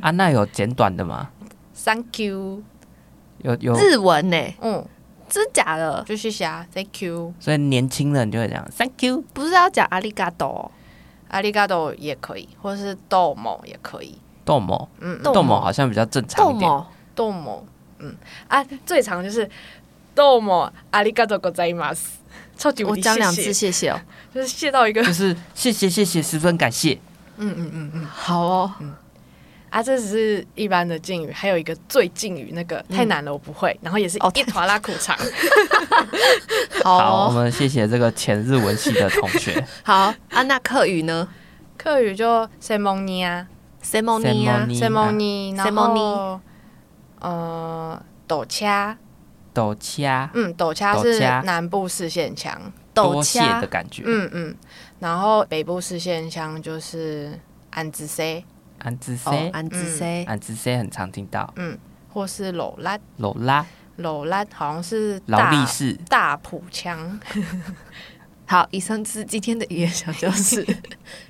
Speaker 1: 啊，那有简短的吗？
Speaker 3: ，Thank you。
Speaker 1: 有有，
Speaker 2: 日文呢、
Speaker 3: 嗯，
Speaker 2: 真假的？
Speaker 3: 就谢谢啊，Thank you。
Speaker 1: 所以年轻人就会讲 Thank you，
Speaker 2: 不是要讲阿里嘎多？
Speaker 3: 阿里嘎多也可以，或是豆某也可以。
Speaker 1: 豆某
Speaker 3: 嗯，
Speaker 1: 豆某好像比较正常
Speaker 2: 豆
Speaker 1: 一点，
Speaker 2: 某
Speaker 3: 豆某，嗯啊，最长就是豆某阿里嘎多ございます，超级无
Speaker 2: 我
Speaker 3: 敌
Speaker 2: 讲两
Speaker 3: 谢
Speaker 2: 次，
Speaker 3: 谢，
Speaker 2: 谢谢哦。
Speaker 3: 就是谢到一个，
Speaker 1: 就是谢谢谢谢，十分感谢。
Speaker 3: 嗯嗯嗯嗯
Speaker 2: 好哦，
Speaker 3: 啊，这只是一般的敬语，还有一个最敬语那个太难了，我不会，然后也是
Speaker 2: 哦
Speaker 3: 一团拉苦肠，
Speaker 2: 好
Speaker 1: 好，我
Speaker 2: 哦，
Speaker 1: 们谢谢这个前日文系的同 学
Speaker 2: 好啊。那客语呢
Speaker 3: 客语就 ceremony 啊
Speaker 2: c e m o n y 啊，
Speaker 3: ，ceremony，然后
Speaker 2: ceremony
Speaker 3: 呃抖掐，
Speaker 1: 抖掐
Speaker 3: 嗯，抖掐
Speaker 1: 抖
Speaker 3: 是
Speaker 1: 掐
Speaker 3: 南部四线腔，
Speaker 2: 抖
Speaker 1: 多谢
Speaker 2: 掐
Speaker 1: 的感觉，
Speaker 3: 嗯嗯，然后北部四线腔就是安子 C
Speaker 1: 安之
Speaker 2: 哦
Speaker 1: C，，
Speaker 2: 安子 C
Speaker 1: 安之 C 啊很常听到，
Speaker 3: 或是搂拉。
Speaker 1: 楼拉
Speaker 3: 楼兰好像是
Speaker 1: 劳
Speaker 3: 大
Speaker 1: 力士，
Speaker 3: 大浦腔，
Speaker 2: 好，以上是今天的语言小 教室。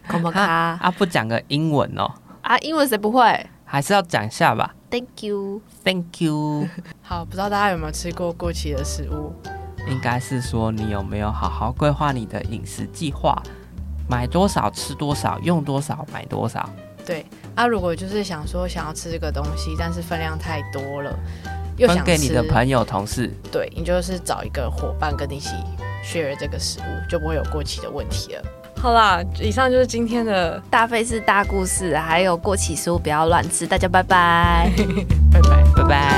Speaker 2: 恐怖卡
Speaker 1: 啊，不讲个英文哦，
Speaker 2: 啊，英文谁不会
Speaker 1: 还是要讲一下吧。
Speaker 2: ？Thank you。
Speaker 1: Thank you，
Speaker 3: 好，不知道大家有没有吃过过期的食物？
Speaker 1: 应该是说你有没有好好规划你的饮食计划，买多少吃多少，用多少买多少。
Speaker 3: 对，啊，如果就是想说想要吃这个东西，但是分量太多了，又
Speaker 1: 分
Speaker 3: 想
Speaker 1: 给你的
Speaker 3: 吃
Speaker 1: 朋友、同事。
Speaker 3: 对你就是找一个伙伴跟你一起 share 这个食物，就不会有过期的问题了。好啦，以上就是今天的，
Speaker 2: 大费是大故事，还有过期食物不要乱吃。大家拜拜。
Speaker 3: 拜拜。
Speaker 1: 拜拜。